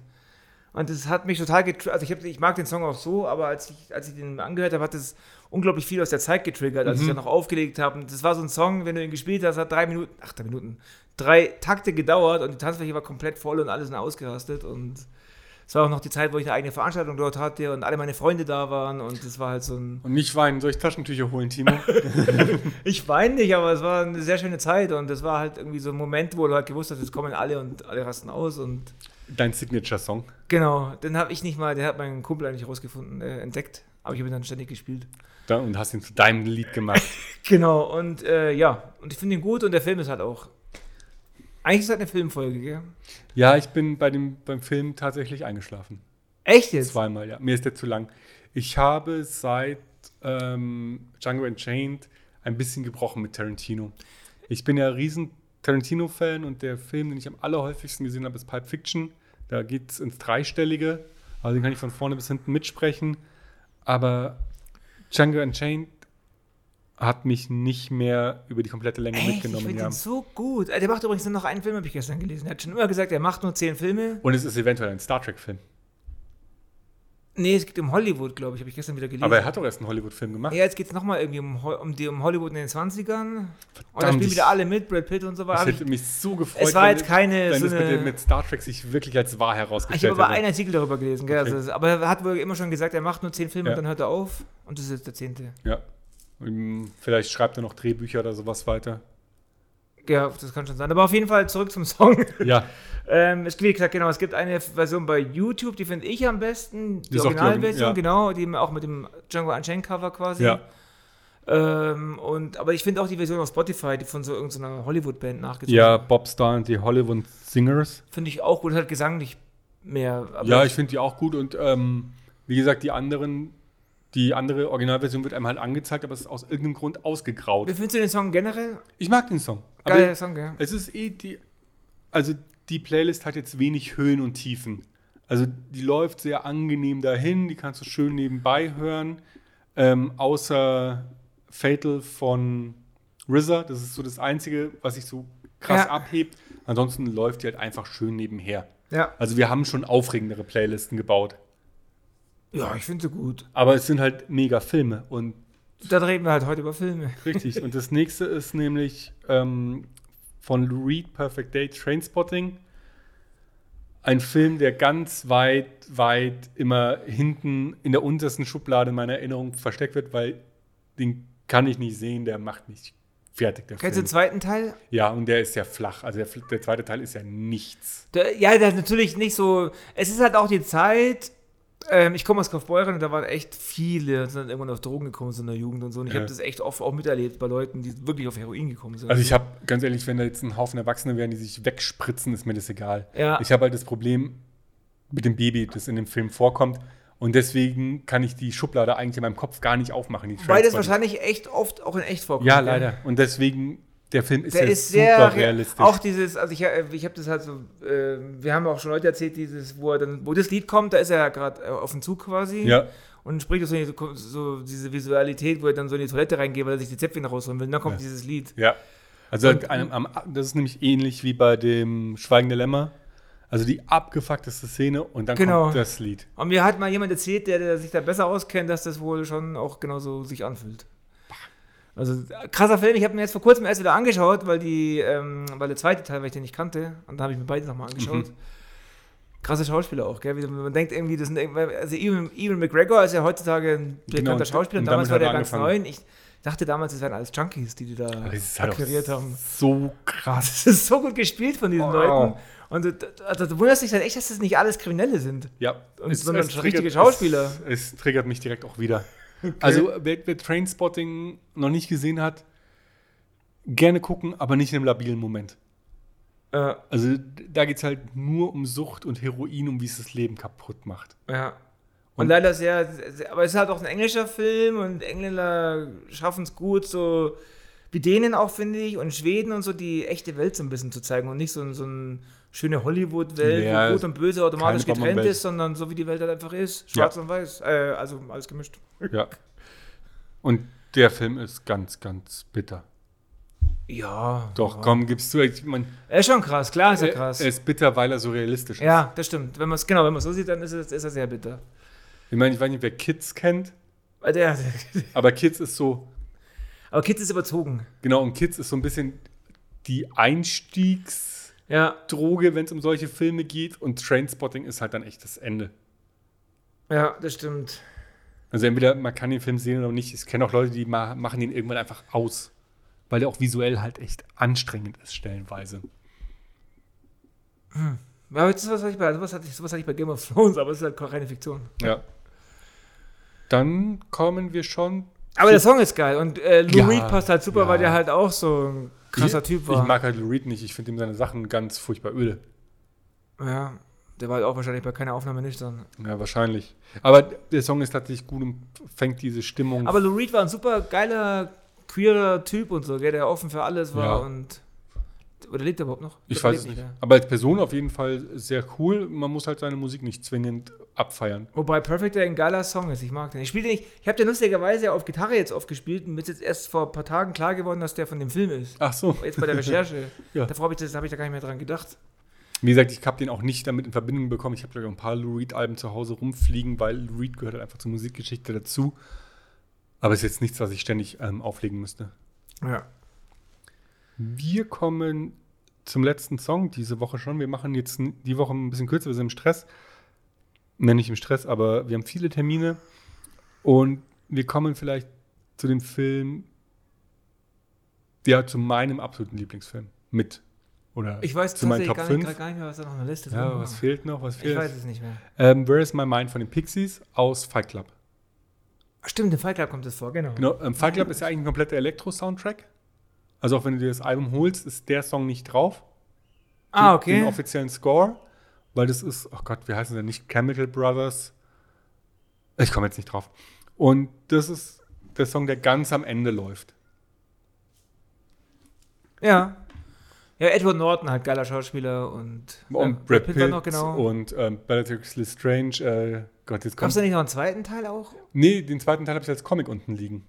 [SPEAKER 2] Und das hat mich total getriggert. Also ich, hab, ich mag den Song auch so, aber als ich, als ich den angehört habe, hat es unglaublich viel aus der Zeit getriggert, als ich dann noch aufgelegt habe. Und das war so ein Song, wenn du ihn gespielt hast, hat drei Minuten, ach, drei Minuten, drei Takte gedauert und die Tanzfläche war komplett voll und alles sind ausgerastet. Und es war auch noch die Zeit, wo ich eine eigene Veranstaltung dort hatte und alle meine Freunde da waren. Und das war halt so ein.
[SPEAKER 1] Und nicht weinen, soll ich Taschentücher holen, Timo?
[SPEAKER 2] Ich weine nicht, aber es war eine sehr schöne Zeit und es war halt irgendwie so ein Moment, wo du halt gewusst hast, jetzt kommen alle und alle rasten aus und
[SPEAKER 1] Dein Signature-Song.
[SPEAKER 2] genau, den habe ich nicht mal, den hat mein Kumpel eigentlich rausgefunden, äh, entdeckt, aber ich habe ihn dann ständig gespielt.
[SPEAKER 1] Da, und hast ihn zu deinem Lied gemacht.
[SPEAKER 2] Genau, und äh, ja, und ich finde ihn gut und der Film ist halt auch. Eigentlich ist es halt eine Filmfolge, gell?
[SPEAKER 1] ja, ich bin bei dem, beim Film tatsächlich eingeschlafen.
[SPEAKER 2] Echt jetzt?
[SPEAKER 1] Zweimal, ja. Mir ist der zu lang. Ich habe seit ähm, Django Unchained ein bisschen gebrochen mit Tarantino. Ich bin ja riesen Tarantino-Fan und der Film, den ich am allerhäufigsten gesehen habe, ist Pulp Fiction. Da geht es ins Dreistellige. Also den kann ich von vorne bis hinten mitsprechen. Aber Django Unchained hat mich nicht mehr über die komplette Länge
[SPEAKER 2] Echt? Ich
[SPEAKER 1] mitgenommen.
[SPEAKER 2] finde
[SPEAKER 1] Ja.
[SPEAKER 2] den so gut. Äh, Der macht übrigens nur noch einen Film, habe ich gestern gelesen. Er hat schon immer gesagt, er macht nur zehn Filme.
[SPEAKER 1] Und es ist eventuell ein Star Trek-Film.
[SPEAKER 2] Nee, es geht um Hollywood, glaube ich, habe ich gestern wieder gelesen.
[SPEAKER 1] Aber er hat doch erst einen Hollywood-Film gemacht.
[SPEAKER 2] Ja, jetzt geht es nochmal irgendwie um, Ho- um, die, um Hollywood in den 20ern. und da
[SPEAKER 1] Verdammt,
[SPEAKER 2] spielen
[SPEAKER 1] ich-
[SPEAKER 2] wieder alle mit, Brad Pitt und so
[SPEAKER 1] Ich
[SPEAKER 2] weiter. Hab
[SPEAKER 1] hätte
[SPEAKER 2] Ich,
[SPEAKER 1] mich so gefreut,
[SPEAKER 2] es war
[SPEAKER 1] wenn
[SPEAKER 2] jetzt keine
[SPEAKER 1] wenn
[SPEAKER 2] so
[SPEAKER 1] es mit,
[SPEAKER 2] eine-
[SPEAKER 1] dem- mit Star Trek sich wirklich als wahr
[SPEAKER 2] ich habe
[SPEAKER 1] herausgestellt
[SPEAKER 2] aber
[SPEAKER 1] hat.
[SPEAKER 2] einen Artikel darüber gelesen, gell?
[SPEAKER 1] Okay.
[SPEAKER 2] Also, es- aber er hat wohl immer schon gesagt, er macht nur zehn Filme
[SPEAKER 1] Ja.
[SPEAKER 2] und dann hört er auf. Und das ist jetzt der zehnte.
[SPEAKER 1] Ja. Ähm, Vielleicht schreibt er noch Drehbücher oder sowas weiter.
[SPEAKER 2] Ja, das kann schon sein. Aber auf jeden Fall zurück zum Song.
[SPEAKER 1] Ja,
[SPEAKER 2] ähm, es, wie gesagt, genau, es gibt eine Version bei YouTube, die finde ich am besten. Die
[SPEAKER 1] Ist auch die Origi-
[SPEAKER 2] Originalversion,
[SPEAKER 1] ja.
[SPEAKER 2] genau, die auch mit dem Django Unchained Cover quasi.
[SPEAKER 1] ja.
[SPEAKER 2] Ähm, und, aber ich finde auch die Version auf Spotify, die von so irgendeiner Hollywood-Band nachgezogen
[SPEAKER 1] Ja, Bob Starr und die Hollywood Singers.
[SPEAKER 2] Finde ich auch gut, hat gesanglich mehr. aber-
[SPEAKER 1] ja, ich finde die auch gut und ähm, wie gesagt, die anderen, die andere Originalversion wird einem halt angezeigt, aber es ist aus irgendeinem Grund
[SPEAKER 2] Wie
[SPEAKER 1] ausgegraut.
[SPEAKER 2] findest du den Song generell?
[SPEAKER 1] Ich mag den Song. Aber
[SPEAKER 2] Geiler Song, gell?
[SPEAKER 1] Es ist eh die, also die Playlist hat jetzt wenig Höhen und Tiefen. Also die läuft sehr angenehm dahin, die kannst du schön nebenbei hören. Ähm, außer Fatal von RZA, das ist so das Einzige, was sich so krass
[SPEAKER 2] Ja.
[SPEAKER 1] abhebt. Ansonsten läuft die halt einfach schön nebenher.
[SPEAKER 2] Ja.
[SPEAKER 1] Also wir haben schon aufregendere Playlisten gebaut,
[SPEAKER 2] Ja, ich finde sie gut.
[SPEAKER 1] aber es sind halt mega Filme und
[SPEAKER 2] Dann reden wir halt heute über Filme.
[SPEAKER 1] Richtig. Und das nächste ist nämlich ähm, von Lou Reed Perfect Day Trainspotting. Ein Film, der ganz weit, weit immer hinten in der untersten Schublade meiner Erinnerung versteckt wird, weil den kann ich nicht sehen, der macht mich fertig. Der
[SPEAKER 2] Kennst du
[SPEAKER 1] Film.
[SPEAKER 2] den zweiten Teil?
[SPEAKER 1] Ja, und der ist ja flach. Also der, fl- der zweite Teil ist ja nichts.
[SPEAKER 2] Der, ja, der ist natürlich nicht so. Es ist halt auch die Zeit. Ähm, ich komme aus Kaufbeuren und da waren echt viele, die sind dann irgendwann auf Drogen gekommen sind in der Jugend und so. Und ich
[SPEAKER 1] Ja.
[SPEAKER 2] habe das echt oft auch miterlebt bei Leuten, die wirklich auf Heroin gekommen sind.
[SPEAKER 1] Also ich habe, ganz ehrlich, wenn da jetzt ein Haufen Erwachsene wären, die sich wegspritzen, ist mir das egal.
[SPEAKER 2] Ja.
[SPEAKER 1] Ich habe halt das Problem mit dem Baby, das in dem Film vorkommt. Und deswegen kann ich die Schublade eigentlich in meinem Kopf gar nicht aufmachen. Die
[SPEAKER 2] Weil das
[SPEAKER 1] Transporter.
[SPEAKER 2] wahrscheinlich echt oft auch in echt vorkommt.
[SPEAKER 1] Ja, leider. Und deswegen, der Film ist,
[SPEAKER 2] Der
[SPEAKER 1] ja
[SPEAKER 2] ist
[SPEAKER 1] super
[SPEAKER 2] sehr
[SPEAKER 1] realistisch.
[SPEAKER 2] Auch dieses, also ich, äh, ich habe das halt so, äh, wir haben auch schon Leute erzählt, dieses, wo er dann, wo das Lied kommt, da ist er ja gerade äh, auf dem Zug quasi.
[SPEAKER 1] ja.
[SPEAKER 2] Und spricht so, in die- so diese Visualität, wo er dann so in die Toilette reingeht, weil er sich die Zäpfchen rausholen will. Und dann kommt
[SPEAKER 1] Ja.
[SPEAKER 2] dieses Lied.
[SPEAKER 1] Ja. Also
[SPEAKER 2] Und-
[SPEAKER 1] einem, am, das ist nämlich ähnlich wie bei dem Schweigende Lämmer. Also die abgefuckteste Szene und dann
[SPEAKER 2] Genau.
[SPEAKER 1] kommt das Lied.
[SPEAKER 2] Und mir hat mal jemand erzählt, der, der sich da besser auskennt, dass das wohl schon auch genauso sich anfühlt. Also krasser Film, ich habe mir jetzt vor kurzem erst wieder angeschaut, weil die, ähm, weil der zweite Teil, weil ich den nicht kannte, und da habe ich mir beide nochmal angeschaut.
[SPEAKER 1] Mhm.
[SPEAKER 2] Krasse Schauspieler auch, gell? Wie, man denkt irgendwie, das sind irgendwie- also Ewan, Ewan McGregor ist ja heutzutage ein bekannter
[SPEAKER 1] und-
[SPEAKER 2] Schauspieler,
[SPEAKER 1] Genau, und damit
[SPEAKER 2] und damals war
[SPEAKER 1] hat
[SPEAKER 2] der
[SPEAKER 1] er
[SPEAKER 2] ganz neu.
[SPEAKER 1] angefangen.
[SPEAKER 2] und Ich dachte damals, es wären alles Junkies, die die da
[SPEAKER 1] Aber es ist halt auch
[SPEAKER 2] akquiriert haben.
[SPEAKER 1] so krass.
[SPEAKER 2] Das ist so gut gespielt von diesen
[SPEAKER 1] Oh.
[SPEAKER 2] Leuten. Und du, also, du wunderst dich dann echt, dass das nicht alles Kriminelle sind.
[SPEAKER 1] Ja.
[SPEAKER 2] Und sondern richtige Schauspieler.
[SPEAKER 1] Es, es triggert mich direkt auch wieder. Also wer, wer Trainspotting noch nicht gesehen hat, gerne gucken, aber nicht in einem labilen Moment.
[SPEAKER 2] Äh,
[SPEAKER 1] Also da geht es halt nur um Sucht und Heroin, um wie es das Leben kaputt macht.
[SPEAKER 2] Ja. Und,
[SPEAKER 1] Und-
[SPEAKER 2] leider sehr, sehr, aber es ist halt auch ein englischer Film und Engländer schaffen es gut, so wie denen auch, finde ich, und Schweden und so die echte Welt so ein bisschen zu zeigen und nicht so, ein- so eine schöne Hollywood-Welt,
[SPEAKER 1] Ja,
[SPEAKER 2] wo gut und böse automatisch
[SPEAKER 1] keine
[SPEAKER 2] getrennt
[SPEAKER 1] Bombenwelt.
[SPEAKER 2] ist, sondern so wie die Welt halt einfach ist, schwarz und weiß, äh, also alles gemischt.
[SPEAKER 1] Ja. Und der Film ist ganz, ganz bitter.
[SPEAKER 2] Ja.
[SPEAKER 1] Doch,
[SPEAKER 2] ja.
[SPEAKER 1] komm, gibst du. Ich mein,
[SPEAKER 2] Er ist schon krass, klar ist er
[SPEAKER 1] Er-
[SPEAKER 2] krass.
[SPEAKER 1] Er ist bitter, weil er so realistisch ist.
[SPEAKER 2] ja, das stimmt. Wenn man es genau, wenn man es so sieht, dann ist es ist er sehr bitter.
[SPEAKER 1] Ich meine, ich weiß nicht, wer Kids kennt,
[SPEAKER 2] Weil der,
[SPEAKER 1] aber Kids ist so,
[SPEAKER 2] aber Kids ist überzogen.
[SPEAKER 1] genau, und Kids ist so ein bisschen die Einstiegsdroge,
[SPEAKER 2] Ja,
[SPEAKER 1] wenn es um solche Filme geht. Und Trainspotting ist halt dann echt das Ende.
[SPEAKER 2] ja, das stimmt.
[SPEAKER 1] Also entweder man kann den Film sehen oder nicht. Ich kenne auch Leute, die ma machen ihn irgendwann einfach aus. Weil der auch visuell halt echt anstrengend ist, stellenweise.
[SPEAKER 2] Ja, aber sowas hatte, ich bei, sowas, hatte ich, sowas hatte ich bei Game of Thrones, aber es ist halt keine Fiktion.
[SPEAKER 1] Ja. Dann kommen wir schon.
[SPEAKER 2] Aber der Song ist geil und äh, Lou
[SPEAKER 1] Ja,
[SPEAKER 2] Reed passt halt super,
[SPEAKER 1] ja.
[SPEAKER 2] weil der halt auch so ein krasser
[SPEAKER 1] ich,
[SPEAKER 2] Typ war.
[SPEAKER 1] Ich mag halt Lou Reed nicht. Ich finde ihm seine Sachen ganz furchtbar öde.
[SPEAKER 2] ja, der war halt auch wahrscheinlich bei keiner Aufnahme nüchtern.
[SPEAKER 1] Ja, wahrscheinlich. Aber der Song ist tatsächlich gut und fängt diese Stimmung.
[SPEAKER 2] Aber Lou Reed war ein super geiler, queerer Typ und so, gell, der offen für alles war
[SPEAKER 1] Ja.
[SPEAKER 2] und. Oder lebt er überhaupt noch?
[SPEAKER 1] ich
[SPEAKER 2] glaub,
[SPEAKER 1] weiß es
[SPEAKER 2] lebt
[SPEAKER 1] nicht.
[SPEAKER 2] mehr.
[SPEAKER 1] Aber als Person auf jeden Fall sehr cool. Man muss halt seine Musik nicht zwingend abfeiern.
[SPEAKER 2] Wobei Perfect Day ein geiler Song ist, ich mag den. Ich spiele den nicht, ich habe den lustigerweise auf Gitarre jetzt oft gespielt und mir ist jetzt erst vor ein paar Tagen klar geworden, dass der von dem Film ist.
[SPEAKER 1] Ach so.
[SPEAKER 2] Jetzt bei der Recherche.
[SPEAKER 1] Ja.
[SPEAKER 2] Davor habe ich, das- hab ich da gar nicht mehr dran gedacht.
[SPEAKER 1] Wie gesagt, ich habe den auch nicht damit in Verbindung bekommen. Ich habe sogar ein paar Lou Reed-Alben zu Hause rumfliegen, weil Lou Reed gehört halt einfach zur Musikgeschichte dazu. Aber ist jetzt nichts, was ich ständig ähm, auflegen müsste.
[SPEAKER 2] Ja. Mhm.
[SPEAKER 1] Wir kommen zum letzten Song diese Woche schon. Wir machen jetzt n- die Woche ein bisschen kürzer, wir sind im Stress. Nein, nicht im Stress, aber wir haben viele Termine. Und wir kommen vielleicht zu dem Film, ja, zu meinem absoluten Lieblingsfilm mit. Oder
[SPEAKER 2] Ich weiß
[SPEAKER 1] zu meinen
[SPEAKER 2] tatsächlich
[SPEAKER 1] Top
[SPEAKER 2] gar,
[SPEAKER 1] 5.
[SPEAKER 2] nicht, grad gar nicht mehr, was da noch eine Liste drin
[SPEAKER 1] Ja,
[SPEAKER 2] war.
[SPEAKER 1] was fehlt noch? Was
[SPEAKER 2] Ich weiß
[SPEAKER 1] fehlt?
[SPEAKER 2] es nicht mehr.
[SPEAKER 1] Ähm, Where is my mind von den Pixies aus Fight Club.
[SPEAKER 2] Stimmt, im Fight Club kommt das vor, genau.
[SPEAKER 1] Genau, ähm, Fight Club ist ja eigentlich ein kompletter Elektro-Soundtrack. Also auch wenn du dir das Album holst, ist der Song nicht drauf.
[SPEAKER 2] Ah,
[SPEAKER 1] den
[SPEAKER 2] okay.
[SPEAKER 1] offiziellen Score, weil das ist, oh Gott, wie heißen sie denn nicht? Chemical Brothers. Ich komme jetzt nicht drauf. Und das ist der Song, der ganz am Ende läuft.
[SPEAKER 2] Ja. Ja, Edward Norton halt geiler Schauspieler und,
[SPEAKER 1] Und
[SPEAKER 2] ja,
[SPEAKER 1] Brad Pitt
[SPEAKER 2] war noch genau.
[SPEAKER 1] und ähm, Bellatrix Lestrange. Äh, Gott, jetzt
[SPEAKER 2] Gab
[SPEAKER 1] kommt.
[SPEAKER 2] es da nicht noch einen zweiten Teil auch?
[SPEAKER 1] Nee, den zweiten Teil habe ich als Comic unten liegen.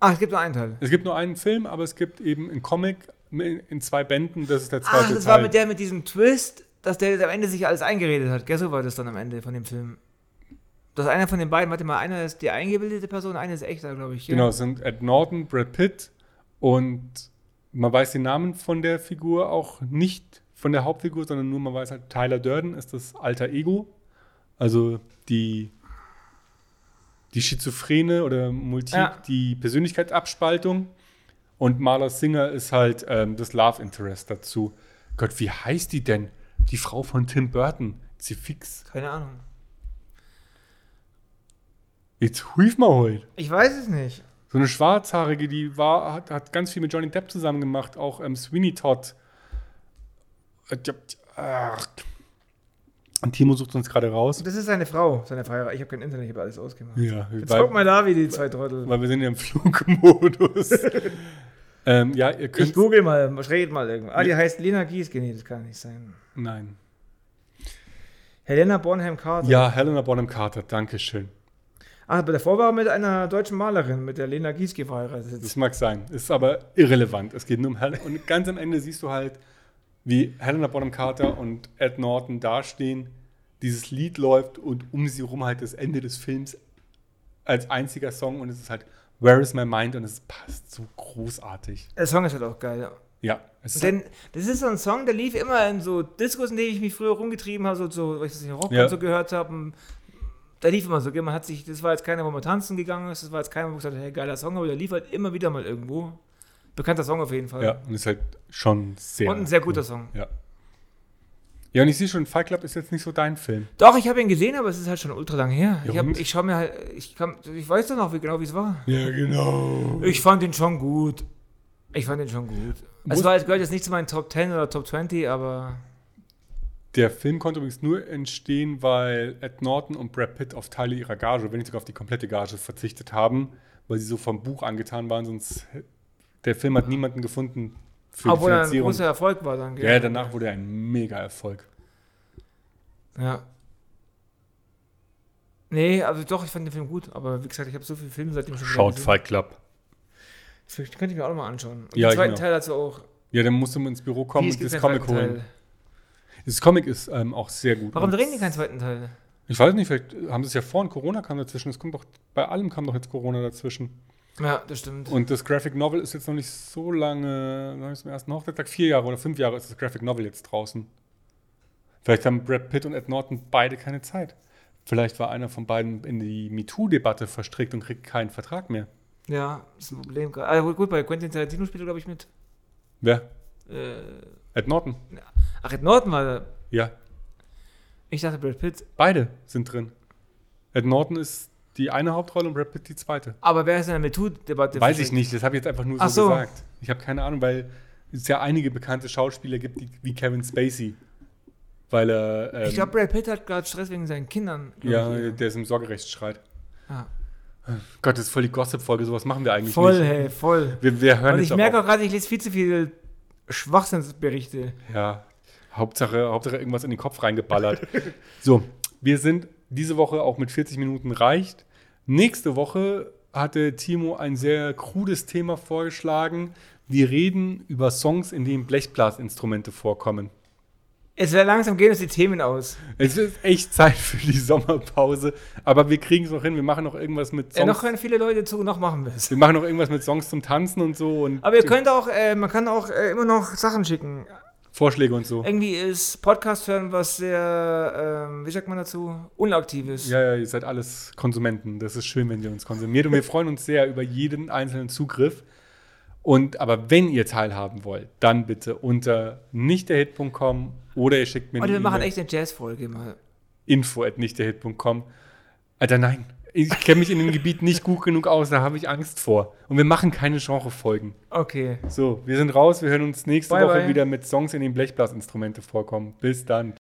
[SPEAKER 2] Ah, es gibt nur einen Teil.
[SPEAKER 1] Es gibt nur einen Film, aber es gibt eben einen Comic in, in zwei Bänden. Das ist der zweite
[SPEAKER 2] Ach, Ah, das
[SPEAKER 1] Teil.
[SPEAKER 2] war mit der mit diesem Twist, dass der jetzt am Ende sich alles eingeredet hat. Gell, so war das dann am Ende von dem Film. Dass einer von den beiden, warte mal, einer ist die eingebildete Person, einer ist echter, glaube ich. gell?
[SPEAKER 1] Genau, es sind Ed Norton, Brad Pitt und man weiß den Namen von der Figur auch nicht von der Hauptfigur, sondern nur man weiß halt, Tyler Durden ist das alter Ego. Also die, die Schizophrene oder Multi
[SPEAKER 2] Ja.
[SPEAKER 1] die Persönlichkeitsabspaltung. Und Marla Singer ist halt ähm, das Love Interest dazu. Gott, wie heißt die denn? Die Frau von Tim Burton. Sie fix.
[SPEAKER 2] Keine Ahnung.
[SPEAKER 1] Jetzt hilf mal heute.
[SPEAKER 2] Ich weiß es nicht.
[SPEAKER 1] So eine schwarzhaarige, die war, hat, hat ganz viel mit Johnny Depp zusammen gemacht, auch ähm, Sweeney Todd. Äh, ja, Ach, Und Timo sucht uns gerade raus.
[SPEAKER 2] Das ist seine Frau, seine Feierer. Ich habe kein Internet, ich habe alles ausgemacht.
[SPEAKER 1] Ja,
[SPEAKER 2] Jetzt
[SPEAKER 1] weil-
[SPEAKER 2] guck mal da, wie die zwei Trottel.
[SPEAKER 1] Weil wir sind ja im Flugmodus. ähm, ja, ihr
[SPEAKER 2] Ich
[SPEAKER 1] könnt.
[SPEAKER 2] google mal, redet mal irgendwas. Ah, die heißt Lena Gieske. Nee, das kann nicht sein.
[SPEAKER 1] Nein.
[SPEAKER 2] Helena Bornheim-Carter.
[SPEAKER 1] Ja, Helena Bonham Carter, danke schön.
[SPEAKER 2] Ah, aber davor war er mit einer deutschen Malerin, mit der Lena Gieske verheiratet.
[SPEAKER 1] Das mag sein. Ist aber irrelevant. Es geht nur um Helena. Und ganz am Ende siehst du halt, wie Helena Bonham Carter und Ed Norton dastehen. Dieses Lied läuft und um sie rum halt das Ende des Films als einziger Song. Und es ist halt Where is my mind? Und es passt so großartig.
[SPEAKER 2] Der Song ist halt auch geil. Ja.
[SPEAKER 1] Ja, es ist
[SPEAKER 2] Denn das ist so ein Song, der lief immer in so Discos, in denen ich mich früher rumgetrieben habe, so, so weil ich das in Rock
[SPEAKER 1] Ja.
[SPEAKER 2] und so gehört habe. und Da lief immer so, gell, man hat sich, das war jetzt keiner, wo man tanzen gegangen ist, das war jetzt keiner, wo ich gesagt habe, hey, geiler Song, aber der lief halt immer wieder mal irgendwo. Bekannter Song auf jeden Fall.
[SPEAKER 1] Ja, und ist halt schon sehr.
[SPEAKER 2] Und ein sehr guter Song.
[SPEAKER 1] Ja. Ja, und ich sehe schon, Fight Club ist jetzt nicht so dein Film.
[SPEAKER 2] Doch, ich habe ihn gesehen, aber es ist halt schon ultra lang her.
[SPEAKER 1] Ja,
[SPEAKER 2] ich hab,
[SPEAKER 1] und?
[SPEAKER 2] ich schaue mir halt, ich, kann, ich weiß doch noch wie, genau, wie es war.
[SPEAKER 1] Ja, genau.
[SPEAKER 2] Ich fand ihn schon gut. Ich fand ihn schon gut.
[SPEAKER 1] Muss-
[SPEAKER 2] Es war, es gehört jetzt nicht zu meinen Top 10 oder Top 20, aber
[SPEAKER 1] Der Film konnte übrigens nur entstehen, weil Ed Norton und Brad Pitt auf Teile ihrer Gage, wenn nicht sogar auf die komplette Gage, verzichtet haben, weil sie so vom Buch angetan waren, sonst h- der Film hat niemanden gefunden für
[SPEAKER 2] obwohl
[SPEAKER 1] die
[SPEAKER 2] er ein
[SPEAKER 1] Finanzierung.
[SPEAKER 2] großer Erfolg war dann. gell?
[SPEAKER 1] ja, danach wurde er ein Mega-Erfolg.
[SPEAKER 2] Ja. Nee, also doch, ich fand den Film gut, aber wie gesagt, ich habe so viele Filme seitdem schon wieder
[SPEAKER 1] Schaut
[SPEAKER 2] gesehen.
[SPEAKER 1] Fight Club.
[SPEAKER 2] Das könnte ich mir auch nochmal anschauen. Und
[SPEAKER 1] Ja,
[SPEAKER 2] den zweiten
[SPEAKER 1] genau.
[SPEAKER 2] Teil dazu auch.
[SPEAKER 1] Ja, dann musst du mal ins Büro kommen
[SPEAKER 2] Wie, es
[SPEAKER 1] und
[SPEAKER 2] gibt
[SPEAKER 1] das
[SPEAKER 2] keinen
[SPEAKER 1] Comic
[SPEAKER 2] zweiten
[SPEAKER 1] holen.
[SPEAKER 2] Teil.
[SPEAKER 1] Das Comic ist ähm, auch sehr gut.
[SPEAKER 2] Warum
[SPEAKER 1] Und-
[SPEAKER 2] drehen die keinen zweiten Teil?
[SPEAKER 1] Ich weiß nicht, vielleicht haben sie es ja vor und Corona kam dazwischen. Es kommt doch, bei allem kam doch jetzt Corona dazwischen.
[SPEAKER 2] Ja, das stimmt.
[SPEAKER 1] Und das Graphic Novel ist jetzt noch nicht so lange, noch nicht zum ersten Hochzeitstag, vier Jahre oder fünf Jahre ist das Graphic Novel jetzt draußen. Vielleicht haben Brad Pitt und Ed Norton beide keine Zeit. Vielleicht war einer von beiden in die MeToo-Debatte verstrickt und kriegt keinen Vertrag mehr.
[SPEAKER 2] ja, ist ein Problem. gerade. Ah, gut, bei Quentin Tarantino spielt er, glaube ich, mit.
[SPEAKER 1] Wer?
[SPEAKER 2] Äh,
[SPEAKER 1] Ed Norton?
[SPEAKER 2] ach, Ed Norton war da.
[SPEAKER 1] Ja,
[SPEAKER 2] Ich dachte Brad Pitt.
[SPEAKER 1] beide sind drin. Ed Norton ist die eine Hauptrolle und Brad Pitt die zweite.
[SPEAKER 2] Aber wer ist in der MeToo-Debatte?
[SPEAKER 1] Weiß ich nicht, das habe ich jetzt einfach nur so,
[SPEAKER 2] Ach so.
[SPEAKER 1] gesagt. Ich habe keine Ahnung, weil es ja einige bekannte Schauspieler gibt, die, wie Kevin Spacey. Weil er. Ähm,
[SPEAKER 2] Ich glaube, Brad Pitt hat gerade Stress wegen seinen Kindern. glaub
[SPEAKER 1] ja, äh,
[SPEAKER 2] ich, eher.
[SPEAKER 1] der ist im Sorgerechtsstreit.
[SPEAKER 2] Ah.
[SPEAKER 1] Gott, das ist voll die Gossip-Folge, sowas machen wir eigentlich
[SPEAKER 2] Voll,
[SPEAKER 1] nicht.
[SPEAKER 2] hey, voll.
[SPEAKER 1] Wir, wir hören
[SPEAKER 2] Und
[SPEAKER 1] jetzt
[SPEAKER 2] ich
[SPEAKER 1] aber
[SPEAKER 2] merke
[SPEAKER 1] auf.
[SPEAKER 2] auch gerade, ich lese viel zu viele Schwachsinnsberichte.
[SPEAKER 1] Ja, Hauptsache, Hauptsache irgendwas in den Kopf reingeballert. so, wir sind diese Woche auch mit 40 Minuten reicht. Nächste Woche hatte Timo ein sehr krudes Thema vorgeschlagen. Wir reden über Songs, in denen Blechblasinstrumente vorkommen.
[SPEAKER 2] Es wäre langsam gehen uns die Themen aus. Äh,
[SPEAKER 1] Es ist echt Zeit für die Sommerpause, aber wir kriegen es noch hin. Wir machen noch irgendwas mit
[SPEAKER 2] Äh,
[SPEAKER 1] Songs.
[SPEAKER 2] noch hören viele Leute zu, noch machen wir es.
[SPEAKER 1] wir machen noch irgendwas mit Songs zum Tanzen und so und
[SPEAKER 2] Aber ihr könnt auch, äh, man kann auch äh, immer noch Sachen schicken.
[SPEAKER 1] Vorschläge und so.
[SPEAKER 2] Irgendwie ist Podcast hören was sehr, ähm, wie sagt man dazu, unaktives.
[SPEAKER 1] Ja, ja, ihr seid alles Konsumenten. Das ist schön, wenn ihr uns konsumiert und wir freuen uns sehr über jeden einzelnen Zugriff. Und aber wenn ihr teilhaben wollt, dann bitte unter nichtderhit.com oder ihr schickt mir
[SPEAKER 2] Und wir machen
[SPEAKER 1] E-Mail.
[SPEAKER 2] echt eine Jazz-Folge mal.
[SPEAKER 1] info at nichtderhit.com. Alter, nein. Ich kenne mich in dem Gebiet nicht gut genug aus, da habe ich Angst vor. Und wir machen keine Genrefolgen.
[SPEAKER 2] Okay.
[SPEAKER 1] So, wir sind raus. Wir hören uns nächste
[SPEAKER 2] Bye,
[SPEAKER 1] Woche
[SPEAKER 2] bye.
[SPEAKER 1] wieder mit Songs, in denen Blechblasinstrumente vorkommen. Bis dann.